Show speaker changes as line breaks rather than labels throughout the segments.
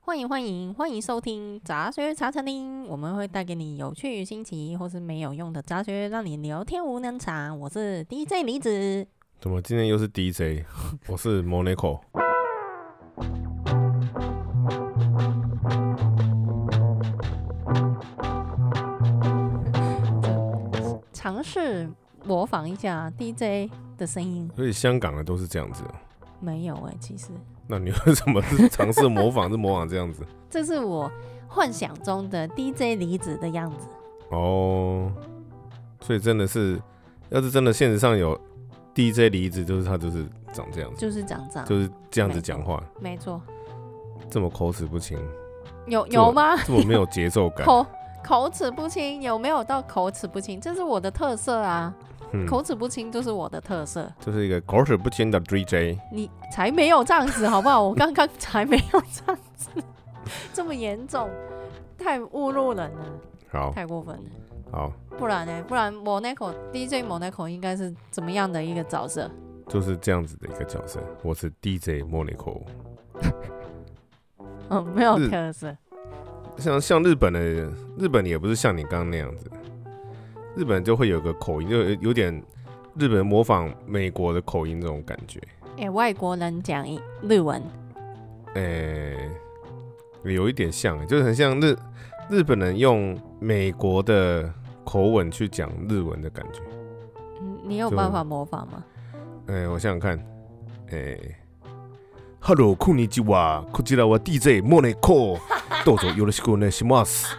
欢迎欢迎欢迎收听杂学茶餐厅，我们会带给你有趣、新奇或是没有用的杂学，让你聊天无能场。我是 DJ 李子，
怎么今天又是 DJ？我 是 Monaco。
尝试模仿一下 DJ 的声音，
所以香港的都是这样子哦。
没有哎、其实
那你为什么是尝试模仿是模仿这样子？
这是我幻想中的 DJ 李子的样子。
哦，所以真的是，要是真的现实上有 DJ 离子，就是他就是长这样子，
就是长这样，
就是这样子讲话，
没错。
这么口齿不清，
有
这我
有吗？
这么没有节奏 感。
口口齿不清，有没有到口齿不清？这是我的特色啊，
嗯，
口齿不清就是我的特色。
就是一个口齿不清的 DJ。
你才没有这样子，好不好？我刚刚才没有这样子，这么严重，太侮辱人了，
好
太过分了。
好，
不然呢？不然 Monaco DJ Monaco 应该是怎么样的一个角色？
就是这样子的一个角色。我是 DJ Monaco。
嗯，没有
是
特色。
像像日本的日本也不是像你刚刚那样子，日本就会有个口音，就有有点日本模仿美国的口音这种感觉，
哎、外国人讲英日文，
诶、有一点像，欸就是很像日日本人用美国的口吻去讲日文的感觉。
嗯你有
就
办法模仿吗？
诶、我想想看，诶、h e l l o こんにちは。こちらは DJ モネコ。 どうぞよろしくお願いします。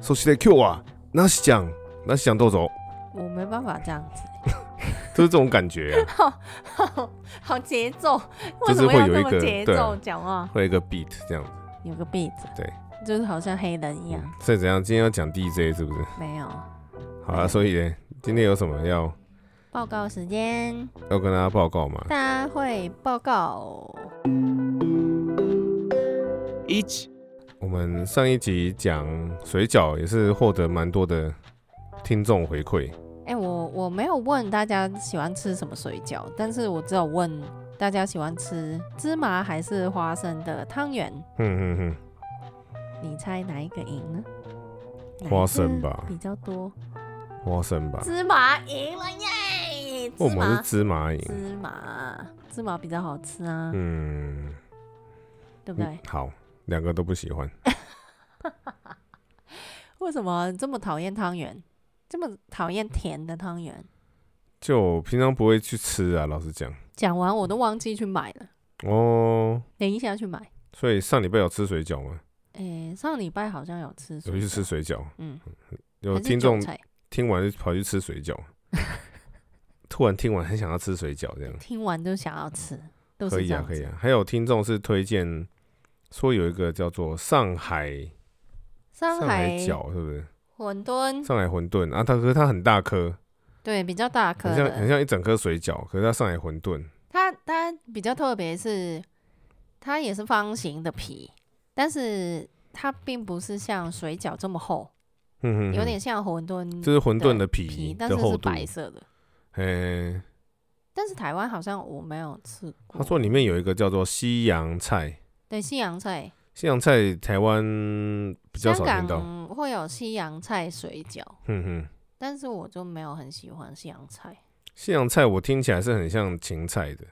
そして今日はナシちゃん、ナシちゃんどうぞ。
我没办法这样子，
就是这种感觉、啊。
好 好节奏，为
就
什
是
么
会
要
有
这
一
么
个
节
对
奏讲话？
会有一个 beat 这样子。
有个 beat，
对，
就是好像黑人一样，
嗯所以怎样？今天要讲 DJ 是不是？
没有。
好啊，所以呢今天有什么要
报告时间，
要跟大家报告吗？
大家会报告。
一
我们上一集讲水饺也是获得蛮多的听众回馈，
哎、我我没有问大家喜欢吃什么水饺，但是我只有问大家喜欢吃芝麻还是花生的汤圆。
哼哼
你猜哪一个赢呢？哪一个
花生吧
比较多。
哼，花生吧。哦
芝麻赢了耶！
我
芝
们
麻
是，芝麻饮，
芝麻，芝麻比较好吃啊，
嗯，
对不对？
好，两个都不喜欢。
为什么这么讨厌汤圆？这么讨厌甜的汤圆？
就平常不会去吃啊，老实讲。
讲完我都忘记去买了，
哦，
等一下去买。
所以上礼拜有吃水饺吗？
诶、上礼拜好像有吃水
有
饺，
去吃水饺，
嗯，
有
还是
听众
韭菜
听完就跑去吃 水饺，突然听完很想要吃水饺，这样
听完就想要吃，都
可
是
以
这样
啊，
子。
可以啊。还有听众是推荐说有一个叫做上海
上
上
海嗯
海饺，是不是？
馄饨，
上海馄饨啊，它可是它很大颗，
对，比较大颗
很像嗯很
的。
像一整颗水饺，可是它上海馄饨
它它比较特别是，它也是方形的皮，但是它并不是像水饺这么厚，
哼嗯哼哼
有点像馄饨
就是馄饨的
皮
皮，
但是
的厚
是
度。
白色哦的。
诶，
但是台湾好像我没有吃过。
他说里面有一个叫做西洋菜，
对西洋菜，
西洋菜台湾比较
香
少听到，
港会有西洋菜水饺，
哼哼。
但是我就没有很喜欢西洋菜。
西洋菜我听起来是很像芹菜的，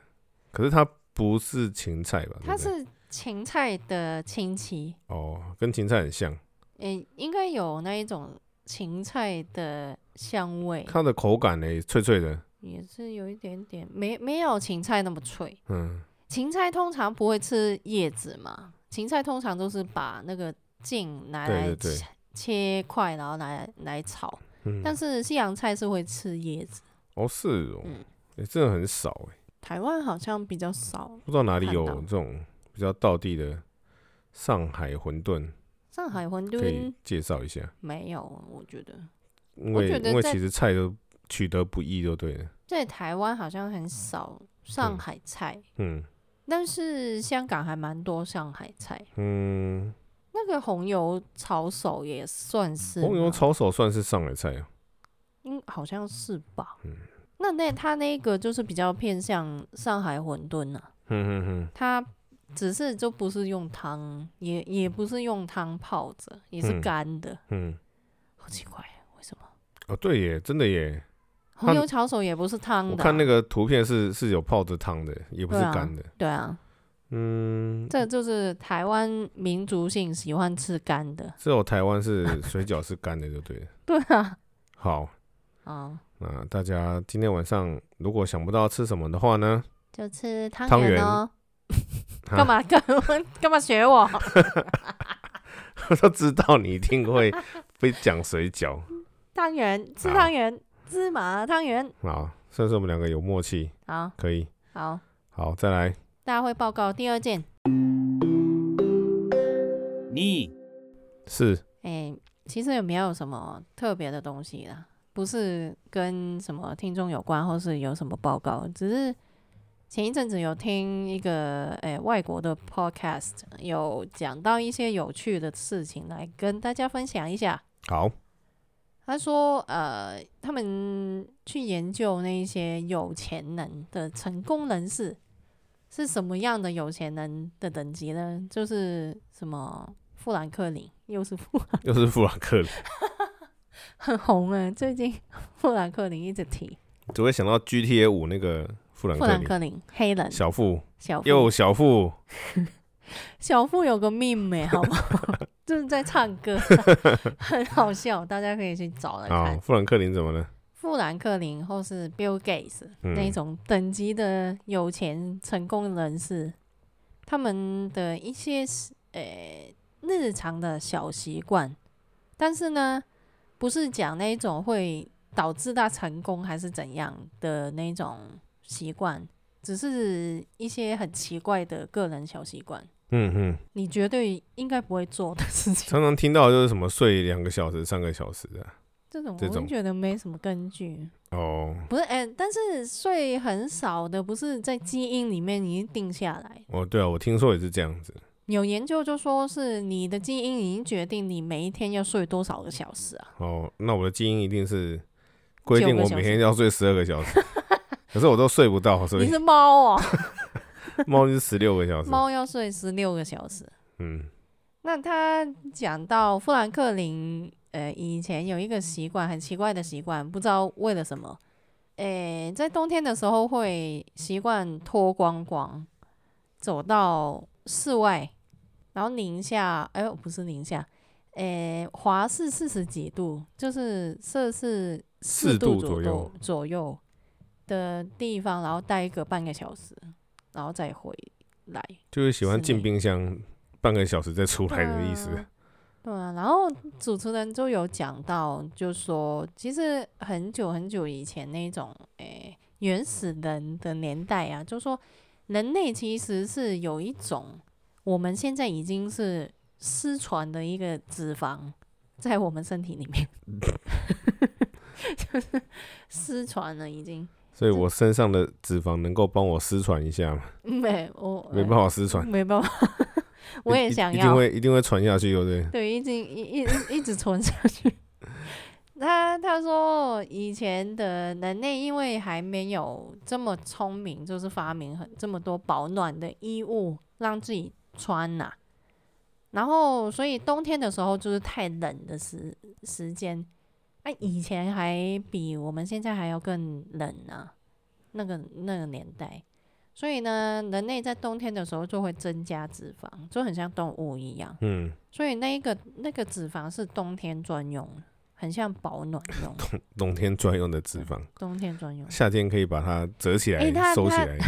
可是它不是芹菜吧？
它
对不对
是芹菜的亲戚，
哦，跟芹菜很像，
诶、应该有那一种芹菜的香味，
它的口感呢脆脆的，
也是有一点点没没有芹菜那么脆。
嗯，
芹菜通常不会吃叶子嘛，芹菜通常都是把那个茎拿来
对对对
切切块，然后拿来拿来炒。
嗯
但是西洋菜是会吃叶子，
哦是哦，
嗯
欸真的很少哎，
台湾好像比较少。
不知道哪里有
看到
这种比较道地的上海馄饨，
上海馄
可以
饨
介绍一下，
没有，我觉得
因
我
为
觉得
因为
在
其实菜都取得不易就对了，
在台湾好像很少上
嗯
海菜，
嗯
但是香港还蛮多上海菜。
嗯，
那个红油抄手也算是啊
红油
吗，
抄手算是上海菜哦，
嗯，好像是吧。
嗯
那那他那个就是比较偏向上海馄饨啊，
哼哼哼，
它只是就不是用汤，也也不是用汤泡着，也是
嗯
干的，
嗯，
好奇怪，为什么？
哦，对耶，真的耶，
红油抄手也不是汤的啊、
我看那个图片是是有泡着汤的，也不是
对啊
干的。
对啊，
嗯，
这就是台湾民族性喜欢吃干的。
只有台湾是水饺是干的，就对了。
对啊，
好，
啊、
那大家今天晚上如果想不到吃什么的话呢？
就吃汤
汤
圆
圆
哦。
啊
干嘛干嘛干嘛学我？
我都知道你一定会会讲水饺。
汤圆，吃
好
汤圆，芝麻汤圆。
好，算是我们两个有默契，
好
可以。
好，
好，再来。
大家会报告第二件。
2
是
哎、其实也没有什么特别的东西啦，不是跟什么听众有关，或是有什么报告，只是前一阵子有听一个哎、外国的 podcast，有讲到一些有趣的事情来跟大家分享一下。
好，
他说，呃，他们去研究那一些有钱人的成功人士是什么样的有钱人的等级呢？就是什么富兰克林，又是富
又是富兰克林，
很红哎、最近富兰克林一直提
只会想到 GTA 五那个富兰
富
克
兰
林，
克林，黑人
小富
小富
又小富，
小富有个 meme 哎、好不好？ 就是在唱歌， 很好笑，大家可以去找来
啊、
看。
富兰克林怎么了？
富兰克林或是 Bill Gates
嗯
那一种等级的有钱成功人士，他们的一些是呃日常的小习惯，但是呢，不是讲那一种会导致他成功还是怎样的那种习惯，只是一些很奇怪的个人小习惯，
嗯嗯，
你绝对应该不会做的事情。
常常听到就是什么睡两个小时、三个小时的、
这种
这
我就
种
觉得没什么根据。
哦
不是，哎、但是睡很少的，不是在基因里面已经定下来。
哦，对啊，我听说也是这样子。
有研究就说是你的基因已经决定你每一天要睡多少个小时啊。
哦，那我的基因一定是规
9
定
个
我
小
每
时
天要睡十二个 小时，可是我都睡不到，所
你
以
是猫哦，
猫是十六个小时。
猫要睡十六个小时。
嗯，
那他讲到富兰克林，呃，以前有一个习惯，很奇怪的习惯，不知道为了什么，诶，在冬天的时候会习惯脱光光，走到室外，然后零下，哎呦，不是零下，诶，华氏四十几度，就是摄氏
四
度
度左右
右左右的地方，然后待个半个小时，然后再回来。
就是喜欢
室
进
内
冰箱半个小时再出来的意思。
嗯对啊，然后主持人就有讲到，就说其实很久很久以前那种诶、原始人的年代啊，就说人类其实是有一种我们现在已经是失传的一个脂肪在我们身体里面， 就是失传了已经。
所以我身上的脂肪能够帮我失传一下吗？
没，我
没办法失传，
没办法， 我也
一
想
一
要
定，会一定会传下去，对不对？
对，一直一一一一直存下去。 他他说以前的人类因为还没有这么聪明，就是发明很这么多保暖的衣物让自己穿呐、然后所以冬天的时候就是太冷的时时间，那、以前还比我们现在还要更冷啊，那个那个年代。所以呢，人类在冬天的时候就会增加脂肪，就很像动物一样。
嗯，
所以那一个那个脂肪是冬天专用，很像保暖用，
冬天专用的脂肪，
冬天专 用，
夏天可以把它折起来、
嗯诶它
收起
它
来，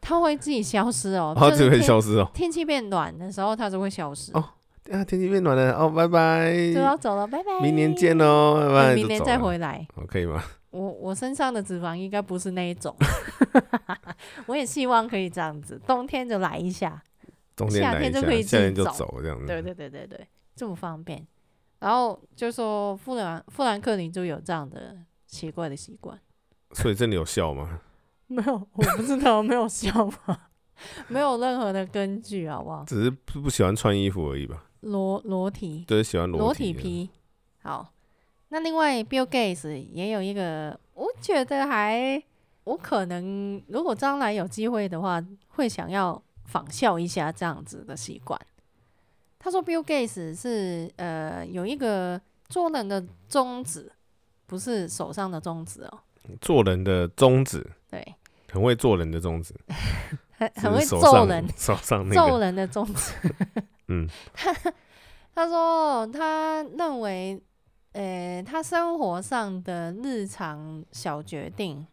它会自己消失哦。
然后
就
就是会
天
消失哦。
天气变暖的时候，它就会消失。
哦啊，天气变暖了哦，拜拜，
就要走了，拜拜，
明年见哦，拜拜，
啊嗯明年
就走
再
了
回来。
哦，可以吗？
我我身上的脂肪应该不是那一 种，我也希望可以这样子，冬天就来一下。
冬天
夏
来
天
一
就
下，
可以
夏
自己
天就
走
走这样子。
对对对对对，这么方便。然后就说富兰富兰克林就有这样的奇怪的习惯。
所以真的有效吗？
没有，我不知道，没有笑吧？ 没有任何的根据，好不好？
只是不不喜欢穿衣服而已吧，
裸裸体，
就是喜欢
裸
体的。
皮。好，那另外 Bill Gates 也有一个，我觉得还我可能如果将来有机会的话，会想要仿效一下这样子的习惯。他说，Bill Gates 是呃有一个做人的宗旨，不是手上的宗旨哦，
做人的宗旨，
对，
很会做人的宗旨，
很
只
很
是
会
手
揍
上
人，
手上那
揍
个，
人的宗旨。
嗯，
他说他认为，呃，他生活上的日常小决定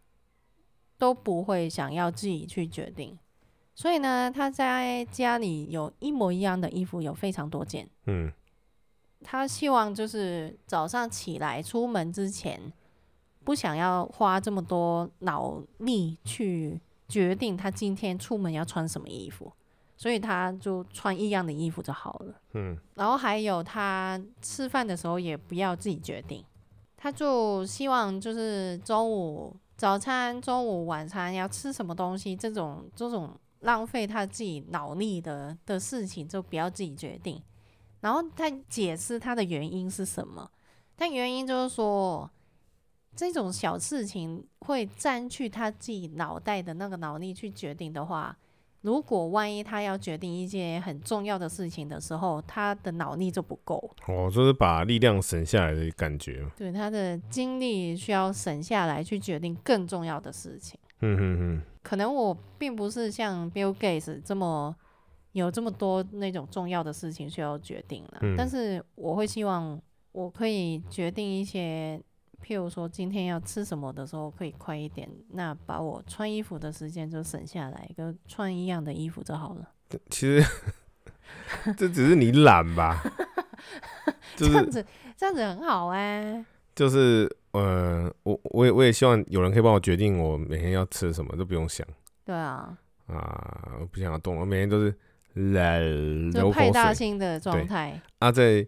都不会想要自己去决定，所以呢，他在家里有一模一样的衣服有非常多件。
嗯，
他希望就是早上起来出门之前，不想要花这么多脑力去决定他今天出门要穿什么衣服，所以他就穿一样的衣服就好了。
嗯，
然后还有他吃饭的时候也不要自己决定，他就希望就是中午早餐、中午晚餐要吃什么东西，这种这种浪费他自己脑力的的事情就不要自己决定。然后他解释他的原因是什么，他原因就是说这种小事情会占据他自己脑袋的那个脑力去决定的话，如果万一他要决定一些很重要的事情的时候，他的脑力就不够，
哦，就是把力量省下来的感觉，
对他的精力需要省下来去决定更重要的事情。
嗯哼哼，
可能我并不是像 Bill Gates 这么有这么多那种重要的事情需要决定了，
嗯
但是我会希望我可以决定一些，譬如说今天要吃什么的时候可以快一点，那把我穿衣服的时间就省下来，跟穿一样的衣服就好了。
其实 这只是你懒 吧，
这
就是
样子，这样子很好哎、
就是，呃，我我也我也希望有人可以帮我决定我每天要吃什么，都不用想
对啊，
啊，我不想要动，我每天都是来
就
流口
派大
水
星的状态，
啊，在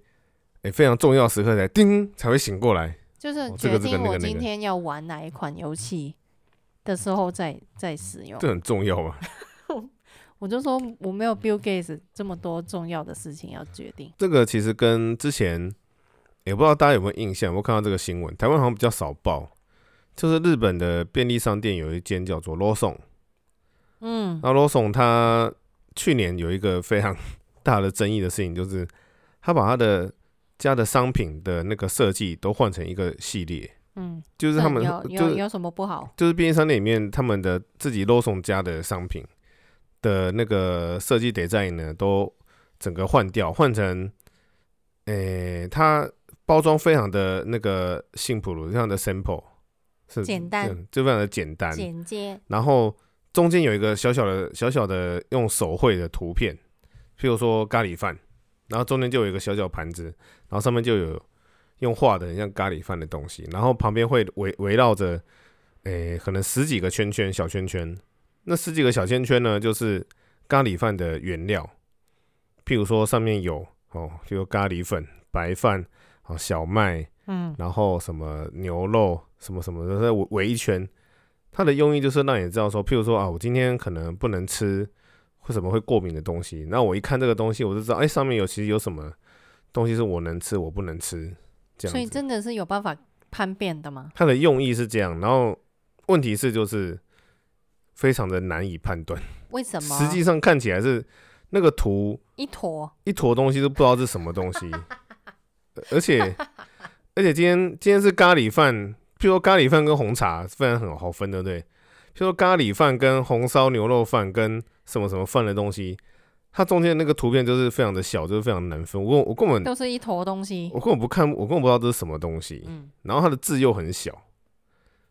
诶非常重要时刻才叮才会醒过来，
就是
哦这
决
个这
定
个那
我
个那
今
个
天要玩哪一款游戏的时候再再使用。
这很重要吧？
我就说我没有 Bill Gates 这么多重要的事情要决定。
这个其实跟之前也不知道大家有没有印象，有没有看到这个新闻？台湾好像比较少报，就是日本的便利商店有一间叫做 Lawson，
嗯，
那罗总他去年有一个非常大的争议的事情，就是他把他的家的商品的那个设计都换成一个系列，
嗯，
就是
那
他们
有
就
有
是
有什么不好？
就是便利商店里面他们的自己罗总家的商品的那个设计 design 呢，都整个换掉，换成诶、它包装非常的那个幸普鲁，非常的 simple，是
简单
嗯就非常的简单，
剪接，
然后中间有一个小小的、小小的用手绘的图片，譬如说咖喱饭，然后中间就有一个小小盘子，然后上面就有用画的很像咖喱饭的东西，然后旁边会围围绕着，诶、可能十几个圈圈小圈圈，那十几个小圈圈呢，就是咖喱饭的原料，譬如说上面有哦，譬如咖喱粉、白饭、哦小麦，
嗯，
然后什么牛肉什么什么的，再围围一圈。它的用意就是让你知道说，譬如说啊，我今天可能不能吃或什么会过敏的东西，那我一看这个东西，我就知道，哎、上面有其实有什么东西是我能吃，我不能吃，这
所以
样子。
真的是有办法叛变的吗？
它的用意是这样，然后问题是就是非常的难以判断，
为什么？
实际上看起来是那个图
一坨，
一坨东西都不知道是什么东西，呃而且而且今天今天是咖喱饭，譬如说咖喱饭跟红茶非常很好分，对不对？譬如说咖喱饭跟红烧牛肉饭跟什么什么饭的东西，它中间那个图片就是非常的小，就是非常难分。我我根本
都是一坨东西。
嗯我根本不看，我根本不知道这是什么东西。
嗯，
然后它的字又很小，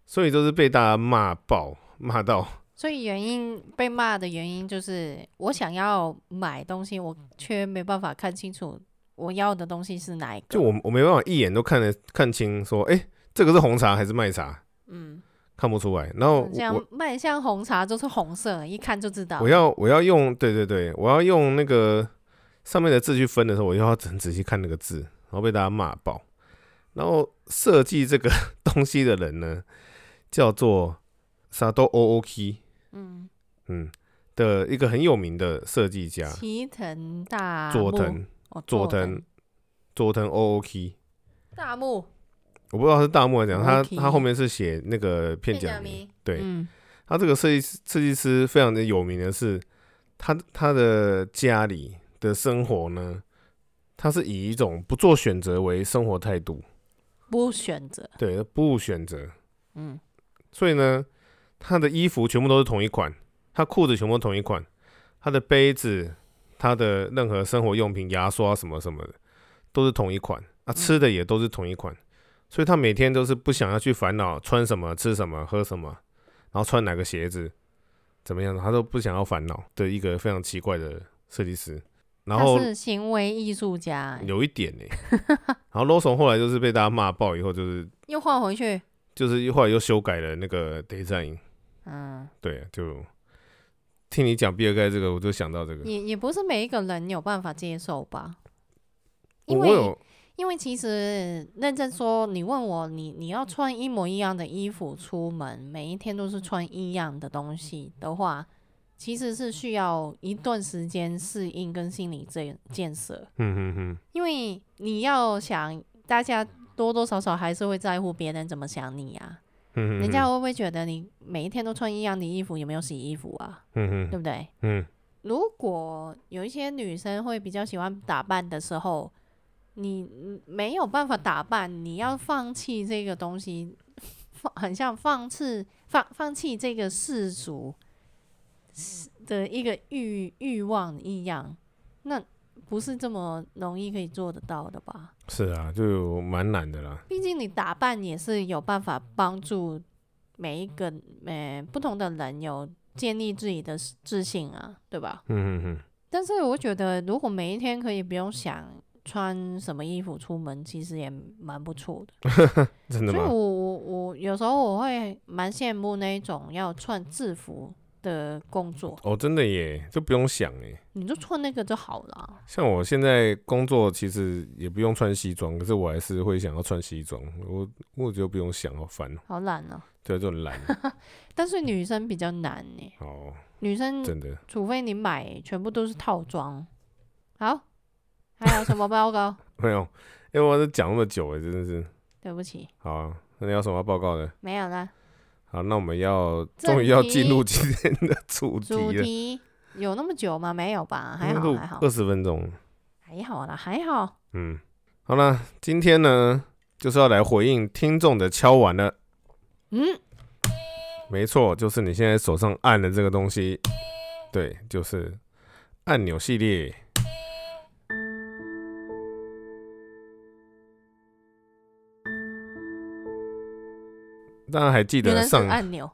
所以就是被大家骂爆，骂到
所以原因被骂的原因就是我想要买东西，我却没办法看清楚我要的东西是哪一个。
就我我没办法一眼都看得看清，说哎、诶这个是红茶还是麦茶，
嗯，
看不出来。然后
这
我
样卖像红茶就是红色，一看就知道。
我要我要用，对对对，我要用那个上面的字去分的时候，我又要很仔细看那个字，然后被大家骂爆。然后设计这个 东西的人呢，叫做沙都 O O K，
嗯，
嗯，的一个很有名的设计家
齐藤大
佐
木
藤
哦，
佐
藤
藤佐藤 O O K，
大木
我不知道是大木还是怎样，他
Ooki
他后面是写那个片
片
假
假
名，
名，
对
嗯
他这个设计师设计师非常的有名的是，他他的家里的生活呢，他是以一种不做选择为生活态度，
不选择，
对，不选择，
嗯，
所以呢，他的衣服全部都是同一款，他裤子全部都同一款，他的杯子、他的任何生活用品、牙刷什么什么的，都是同一款。
嗯
啊，吃的也都是同一款，所以他每天都是不想要去烦恼穿什么、吃什么、喝什么，然后穿哪个鞋子，怎么样，他都不想要烦恼的一个非常奇怪的设计师。然后
他是行为艺术家欸，
有一点呢、然后 Lawson 后来就是被大家骂爆，以后就是
又换回去，
就是后来又修改了那个 design，
嗯，
对，就听你讲比尔盖茨这个，我就想到这个。
也也不是每一个人有办法接受吧，因
我
为
有
因为其实认真说，你问我，你你要穿一模一样的衣服出门，每一天都是穿一样的东西的话，其实是需要一段时间适应跟心理建建设，
嗯嗯嗯，
因为你要想，大家多多少少还是会在乎别人怎么想你啊，
嗯嗯，
人家会不会觉得你每一天都穿一样的衣服，有没有洗衣服啊？对
嗯嗯
不对？
嗯
如果有一些女生会比较喜欢打扮的时候，你嗯没有办法打扮，你要放弃这个东西，放很像放弃放放弃这个世俗是的一个欲欲望一样，那不是这么容易可以做得到的吧？
是啊，就蛮难的啦。
毕竟你打扮也是有办法帮助每一个呃不同的人有建立自己的自信啊，对吧？
嗯嗯嗯。
但是我觉得，如果每一天可以不用想穿什么衣服出门，其实也蛮不错的。
真的
所以我
吗？
我我有时候我会蛮羡慕那一种要穿制服的工作，
哦，真的耶，就不用想哎。
你就穿那个就好了。啊
像我现在工作，其实也不用穿西装，可是我还是会想要穿西装。我我觉得不用想，好烦哦、
好懒哦、
对啊，就很懒。
但是女生比较难呢、
哦，
女生
真的。
除非你买全部都是套装。好，还有什么报 告？
没有，因为我都讲那么久了，真的是。
对不起，
好、啊，那你有什么要报告的？
没有啦。
好，那我们要
正
终于要
题
进入今天的主题
主
了，
题有那么久吗？没有吧？还好，
录
还好，
二十分钟。
还好啦，还好。
嗯，好啦，今天呢就是要来回应听众的敲碗了。
嗯，
没错，就是你现在手上按的这个东西，对，就是按钮系列。大家还记
原来
得
是
上
按钮。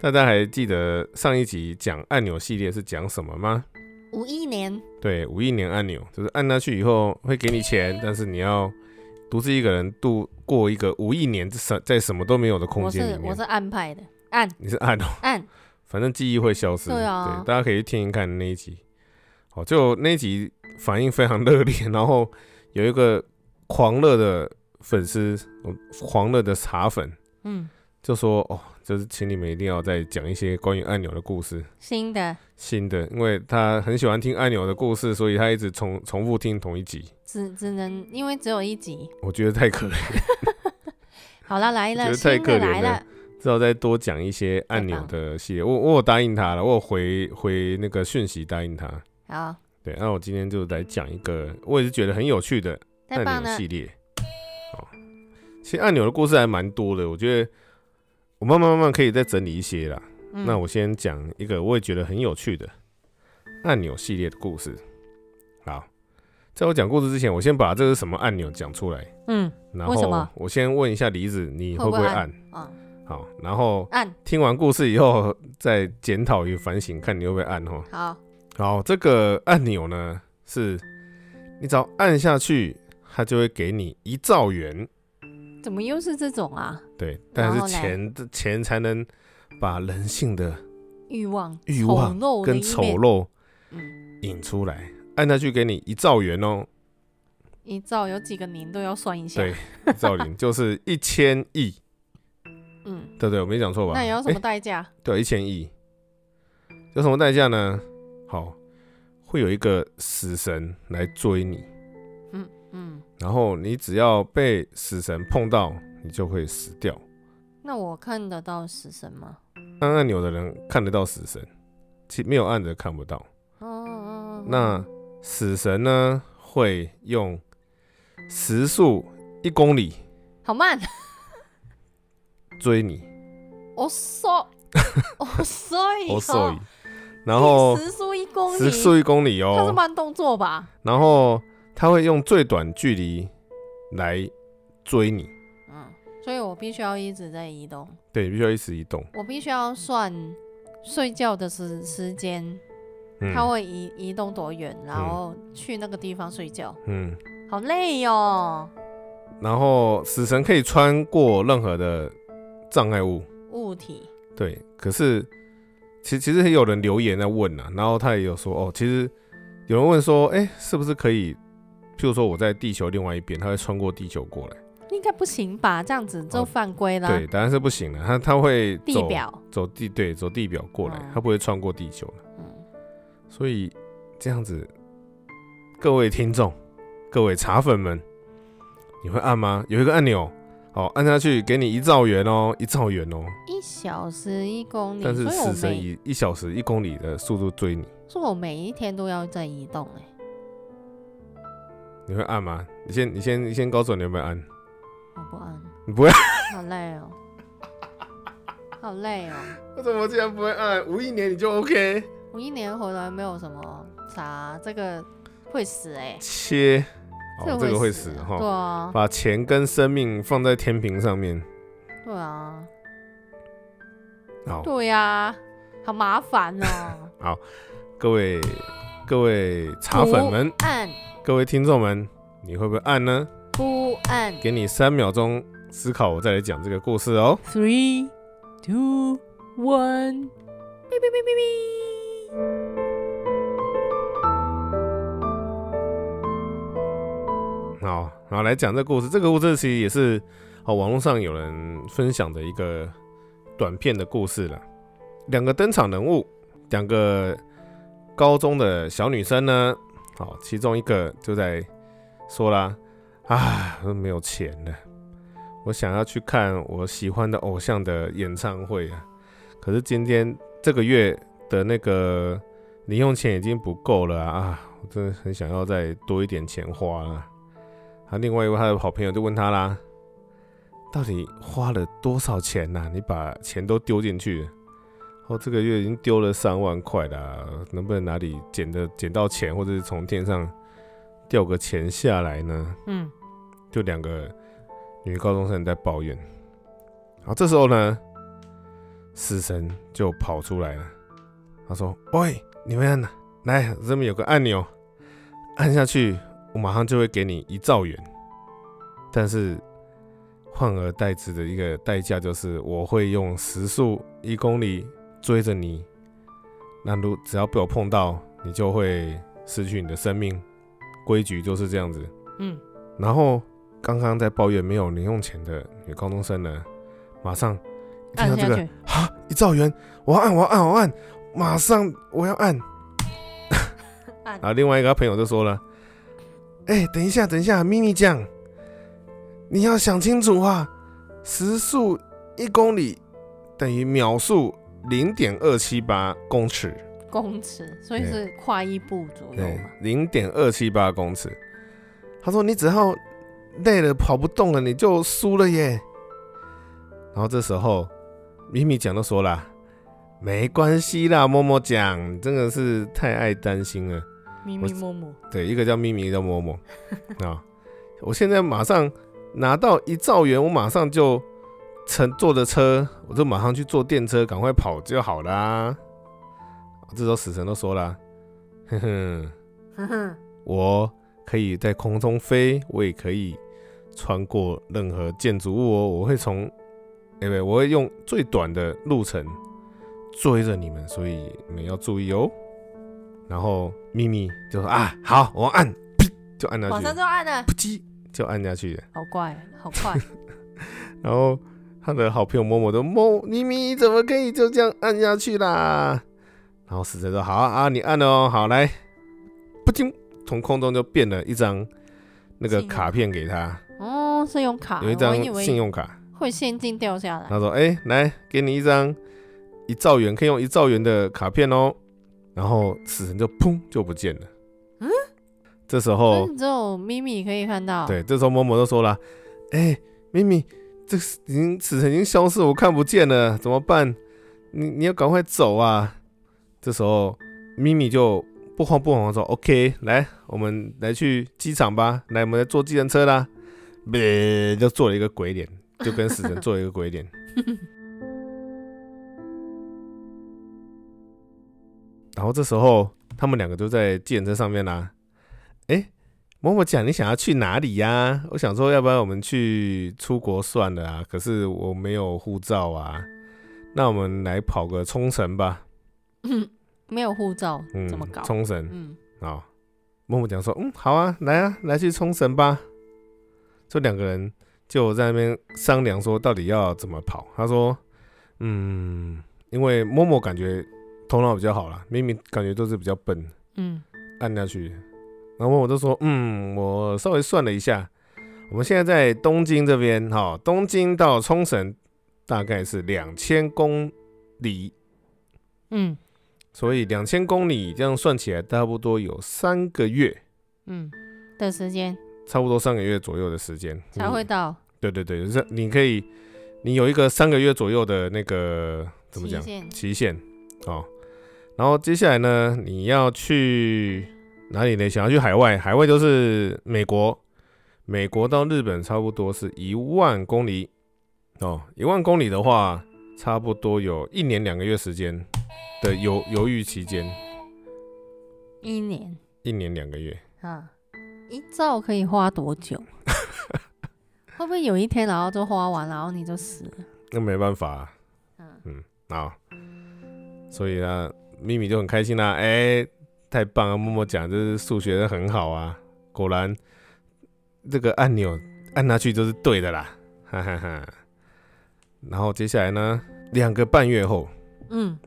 大家还记得上一集讲按钮系列是讲什么吗？
五一年，
对，五亿年按钮就是按下去以后会给你钱，但是你要独自一个人度过一个无一年在什在什么都没有的空
我
间里
是我
面
是。按派的，按
你是按哦，
按
反正记忆会消失。
对啊
大家可以去听一看那一集。好，就那一集反应非常热烈，然后有一个狂热的粉丝，呃狂热的茶粉
嗯，
就说：“哦，就是请你们一定要再讲一些关于按钮的故事。”
新的
新的，因为他很喜欢听按钮的故事，所以他一直重重复听同一集，
只只能因为只有一集。
我觉得太可怜，
好了，来
觉
了，
得太
新
可
的
怜
来了，
只好再多讲一些按钮的系列。我我有答应他了，我有回回那个讯息答应他。
好，
对，那我今天就来讲一个，我也是觉得很有趣的
嗯太
按
棒
钮
了
系，列。哦，其实按钮的故事还蛮多的，我觉得我慢慢慢慢可以再整理一些啦。
嗯
那我先讲一个我也觉得很有趣的按钮系列的故事。好，在我讲故事之前，我先把这是什么按钮讲出来，
嗯
然
为什么
后我先问一下梨子，你
会
会不
不
会
会
按？
啊
好，然后
按
听完故事以后再检讨与反省，看你会不会按哦。
好，
好，这个按钮呢，是你只要按下去，它就会给你一兆元。
怎么又是这种啊？
对，但
然后
是
嘞
钱钱才能把人性的
欲望
欲
丑
望
陋的
跟
一
丑
面，
陋
嗯，
引出来，按下去给你一兆元 哦，
一兆有几个零都要算一下，
对一兆零就是一千亿，
嗯，
对不对？我没讲错吧？
那也要什么
诶？
代价？
对，一千亿，有什么代价呢？好，会有一个死神来追你，
嗯嗯，
然后你只要被死神碰到，你就会死掉。
那我看得到死神吗？
按按钮的人看得到死神，其没有按的看不到。
嗯
那死神呢会用时速一公里
好慢，
追你，
我 说，我哦所以，
哦，所以，然后
时速一公
时
里，
速一公里
它是
哦，
慢动作吧？
然后他会用最短距离来追你，
嗯，所以我必须要一直在移动，
对，必须要一直移动，
我必须要算睡觉的时时间，
嗯
它会移移动多远，然后去那个地方睡觉，
嗯，
好累哦。
然后死神可以穿过任何的障碍物，
物体，
对，可是其其实也有人留言在问啊，然后他也有说哦，其实有人问说，哎、是不是可以，譬如说我在地球另外一边，他会穿过地球过来？
应该不行吧？这样子就
哦
犯规了。
对，答案是不行的，他他会
地
走
表，
走地对走地表过来
嗯，
他不会穿过地球的
嗯，
所以这样子，各位听众，各位茶粉们，你会按吗？有一个按钮，好、按下去，给你一兆元哦，一兆元哦。
一小时一公里，
但是
所以我
死神
每
以一小时一公里的速度追你。
所以我每一天都要在移动哎、
你会按吗？你先，你先，你先告诉我你有没有按？
我不按，
你 不会？
好累哦，好累哦。
我怎么竟然不会按？五一年你就 OK？
我一年回来没有什么啥，这个会死哎、
切，哦，这个会死
啊对
哈！
啊，
把钱跟生命放在天平上面，
对啊，
好，
对呀、好麻烦哦。
各位各位茶粉们，
不按
各位听众们，你会不会按呢？
不按
给你三秒钟思考，我再来讲这个故事哦。
，three two one，哔哔哔哔哔。
好，然后来讲这个故事。这个故事其实也是哦，网络上有人分享的一个短片的故事了。两个登场人物，两个高中的小女生呢，好，其中一个就在说啦：“啊，我没有钱了，我想要去看我喜欢的偶像的演唱会啊，可是今天这个月的那个零用钱已经不够了啊啊，我真的很想要再多一点钱花啊了。”他另外一位他的好朋友就问他啦：“到底花了多少钱呐、你把钱都丢进去了，哦，这个月已经丢了三万块啦、能不能哪里捡的捡到钱，或者是从天上掉个钱下来呢？”
嗯，
就两个女高中生在抱怨。然后这时候呢，死神就跑出来了，他说：“喂，你们呐，来，这边有个按钮，按下去，我马上就会给你一兆元。但是换而代之的一个代价就是，我会用时速一公里追着你。那如只要被我碰到，你就会失去你的生命。规矩就是这样子。
嗯，
然后刚刚在抱怨没有零用钱的女高中生呢，马上一听到
按
这
下
个
去，
啊，一兆元，我要按，我要按，我要按，马上我要按。
按
然后另外一个朋友就说了：“哎、等一下，等一下，迷你酱，你要想清楚啊，时速一公里等于秒速零点二七八公尺，
公尺，所以
对
是跨一步左右
对
嘛。，
零点二七八公尺。”他说：“你只要累了跑不动了，你就输了耶。”然后这时候，咪咪酱都说了：“没关系啦，默默酱，你真的是太爱担心了。”
咪
我
咪摸摸，
对，一个叫咪咪，一个叫摸摸啊。我现在马上拿到一兆元，我马上就乘坐着车，我就马上去坐电车，赶快跑就好啦。这时候死神都说啦， 哼哼，
哼哼，
我可以在空中飞，我也可以穿过任何建筑物哦。我会从，哎、不，我会用最短的路程追着你们，所以你们要注意哦。然后咪咪就说啊，好，我按，噗就按下
马
去
上，就按了，
噗叽就按下去了。
好怪，好快，
然后他的好朋友默默都摸咪咪，怎么可以就这样按下去啦？然后死神说：“好啊，啊你按了哦，好来，不听，从空中就变了一张那
信
个
用卡
卡片给他，
哦，是用卡，
有一
我
张
以
信
为
用卡。
会现金掉下来。
他说：哎、来，给你一张一兆元，可以用一兆元的卡片哦。然后死神就砰就不见了。
嗯，
这时候
所以只有咪咪可以看到。，
哦对，这时候某某就说了：“哎、咪咪，这个已经死神已经消失，我看不见了，怎么办？你你要赶快走啊！”这时候咪咪就不慌不忙地说：“OK，来，我们来去机场吧，来，我们来坐计程车啦。”别就做了一个鬼脸，就跟死神做了一个鬼脸。 然后这时候他们两个就在计程车上面啦。哎，某某讲你想要去哪里呀、我想说，要不然我们去出国算了啊。可是我没有护照啊，那我们来跑个冲绳吧。
没有护照、
嗯，
怎么搞？
冲绳
嗯，
好，默默讲说，嗯，好啊，来啊，来去冲绳吧。这两个人就在那边商量说，到底要怎么跑。他说，嗯，因为默默感觉头脑比较好啦，明明感觉都是比较笨，
嗯，
按下去。然后我就说，嗯，我稍微算了一下，我们现在在东京这边，哈、东京到冲绳大概是两千公里，
嗯，
所以两千公里这样算起来，差不多有三个月。
嗯的时间
差不多三个月左右的时间
才会
嗯
到
对对对，就是你可以，你有一个三个月左右的那个怎么
期
讲
限。
期限哦。然后接下来呢，你要去哪里呢？想要去海外，海外就是美国，美国到日本差不多是一万公里哦。一万公里的话，差不多有一年两个月时间的犹犹豫期间，
一年
一年两个月。
啊，一兆可以花多久？ 会不会有一天，然后就花完，然后你就死了？
那没办法、啊，嗯好，所以呢，咪咪就很开心啦、哎、太棒啊了！默默讲就是数学得很好啊，果然这个按钮按下去就是对的啦，哈哈哈。然后接下来呢，两个半月后，
嗯，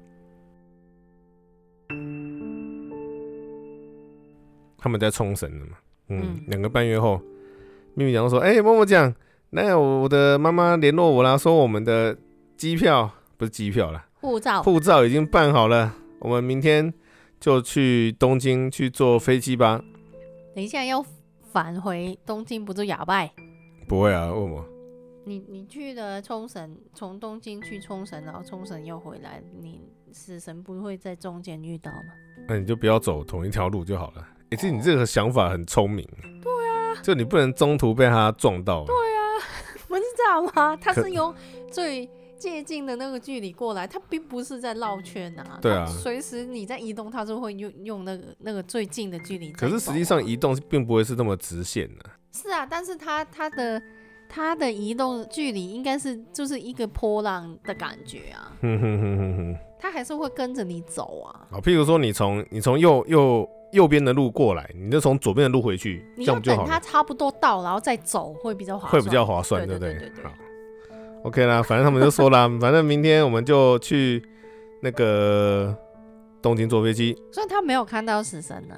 他们在冲绳了嘛，嗯
嗯，
两、个半月后，咪咪讲说，哎、默默讲，那我的妈妈联络我啦，说我们的机票不是机票啦，
护照，
护照已经办好了，我们明天就去东京去坐飞机吧。
等一下要返回东京，不就哑巴？
不会啊，为什么？
你你去了冲绳，从东京去冲绳，然后冲绳又回来，你死神不会在中间遇到 吗？
那你就不要走同一条路就好了。哎、其实你这个想法很聪明。对啊，就你不能中途被他撞到。啊对，
啊不是这样吗？他
可
是用最接近的那个距离过来，他并不是在绕圈啊。
对啊
它随时你在移动，他就会用用那个那个最近的距离在走
可
啊。
是实际上移动并不会是这么直线 的、
是啊，但是他他的他的移动距离应该是就是一个波浪的感觉啊，
哼哼哼哼哼。
他还是会跟着你走啊。
好，譬如说你从你从右右右边的路过来，你就从左边的路回去，这
你要
样就好
等他
了，
差不多到，然后再走会比较划
会
算。
比较划算，
对
不对？
对对对
好，OK 啦，反正他们就说啦，反正明天我们就去那个东京坐飞机。
所以他没有看到死神呢。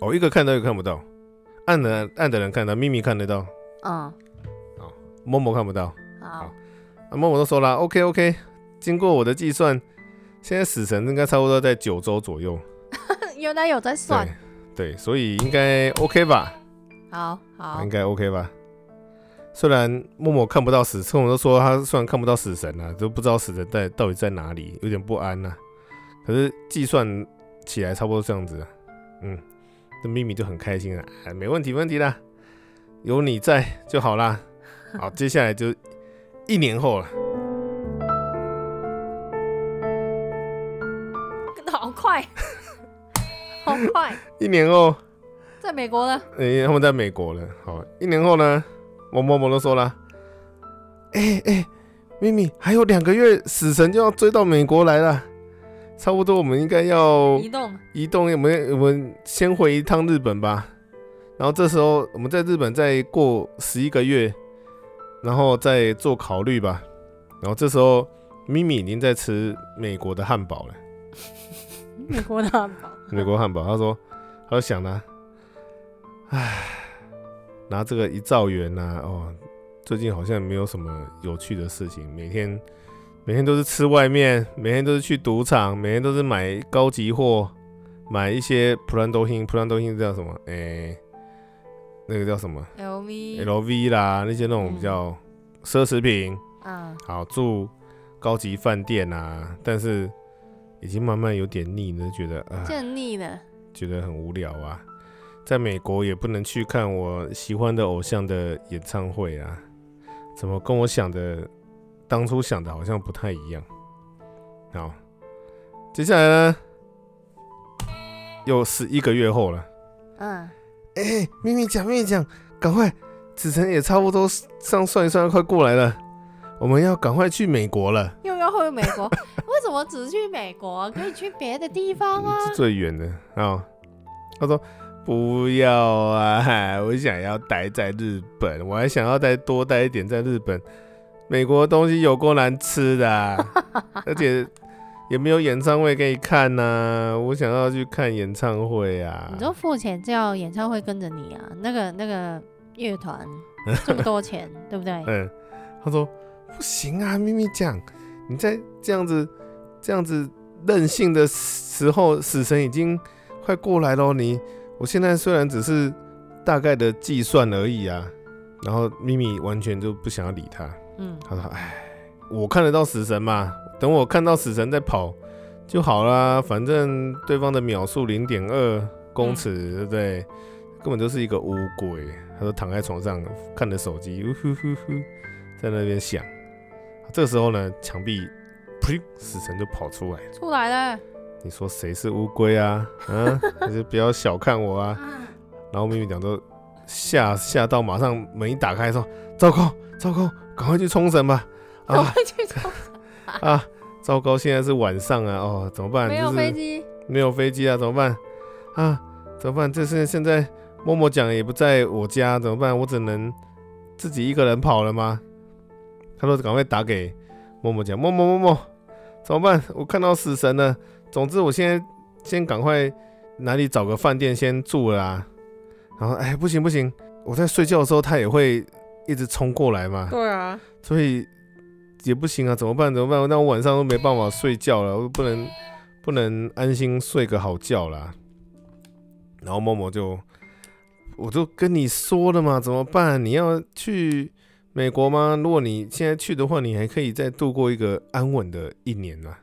哦，一个看到，一个看不到。暗的暗的人看到，秘密看得到，
嗯，
某某看不到。
好
好，啊，某某都说了，OK OK。经过我的计算，现在死神应该差不多在九周左右。
原来有在算
对。对，所以应该 OK 吧？
好好
应，该 OK 吧？虽然默默看不到死，默默都说他虽然看不到死神啊，都不知道死神在到底在哪里，有点不安呐、可是计算起来差不多这样子、啊，嗯，这咪咪就很开心了、哎，没问题，没问题啦，有你在就好啦。好，接下来就一年后了，
好快， 好快，
一年后，
在美国呢。
哎、他们在美国了。好，一年后呢，我默默都说了，哎、哎、咪咪，还有两个月，死神就要追到美国来了，差不多我们应该要
移动，
移动，我们我们先回一趟日本吧。然后这时候我们在日本再过十一个月，然后再做考虑吧。然后这时候咪咪已经在吃美国的汉堡了。
美国的汉 堡。
美国汉堡，他说，他就想呢，唉，拿这个一兆元呐、哦，最近好像没有什么有趣的事情，每天每天都是吃外面，每天都是去赌场，每天都是买高级货，买一些普兰多星，普兰多星叫什么？哎、那个叫什么
，LV
？LV 啦，那些那种比较奢侈品，
啊，
好住高级饭店啊，但是已经慢慢有点腻了，觉得啊，
这很腻的，
觉得很无聊啊。在美国也不能去看我喜欢的偶像的演唱会啊，怎么跟我想的当初想的好像不太一样？好，接下来呢，又是一个月后了。
嗯，
哎、咪咪讲，咪咪讲，赶快，子晨也差不多上算一算，快过来了，我们要赶快去美国了，
又要回美国， 为什么只去美国？可以去别的地方啊。
是最远的啊、他说不要啊，我想要待在日本，我还想要再多待一点在日本。美国的东西有够难吃的啊、而且也没有演唱会给你看呐、我想要去看演唱会啊。
你就付钱叫演唱会跟着你啊，那个那个乐 团这么多钱，对不对？
嗯，他说不行啊，咪咪酱，你在这样子这样子任性的时候，死神已经快过来咯。你我现在虽然只是大概的计算而已啊，然后咪咪完全就不想要理他。
嗯，
他说：“哎，我看得到死神嘛，等我看到死神再跑就好啦。反正对方的秒速零点二公尺，对不对？根本就是一个乌龟。”他说躺在床上看着手机，呜呼呼呼，在那边想。这时候呢，墙壁噗，死神就跑出来了。
出来了，
你说谁是乌龟啊？ 啊，你就不要小看我啊！
啊，
然后咪咪讲都吓吓到，马上门一打开说：“糟糕，糟糕，赶快去冲绳吧！”啊
我，会去冲，
啊，糟糕，现在是晚上啊，哦，怎么办？
没
就
有
是
飞机，
没有飞机啊，怎么办？啊，怎么办？这是现在默默讲也不在我家，怎么办？我只能自己一个人跑了吗？他说赶快打给默默讲，默默默默，怎么办？我看到死神了。总之，我现在先赶快哪里找个饭店先住了啊。然后，哎，不行不行，我在睡觉的时候他也会一直冲过来嘛。
对啊，
所以也不行啊，怎么办？怎么办？那我晚上都没办法睡觉了，我不能不能安心睡个好觉啦。然后默默就，我就跟你说了嘛，怎么办？你要去美国吗？如果你现在去的话，你还可以再度过一个安稳的一年啦。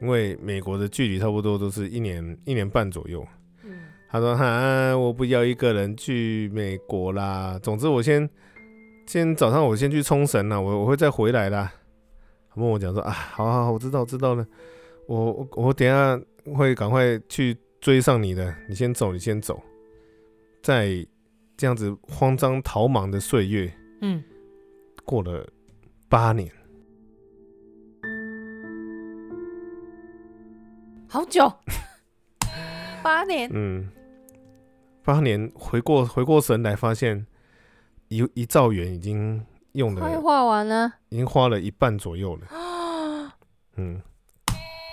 因为美国的距离差不多都是一年一年半左右。
嗯，
他说：“哈，我不要一个人去美国啦。总之，我先先早上我先去冲绳啦，我我会再回来啦。”他问我讲说：“啊，好好好，我知道我知道了，我我我等一下会赶快去追上你的，你先走，你先走。”在这样子慌张逃忙的岁月，
嗯，
过了八年，
好久， 八年，
嗯，八年回过回过神来，发现一一兆元已经用了
快画完了，
已经花了一半左右了。嗯，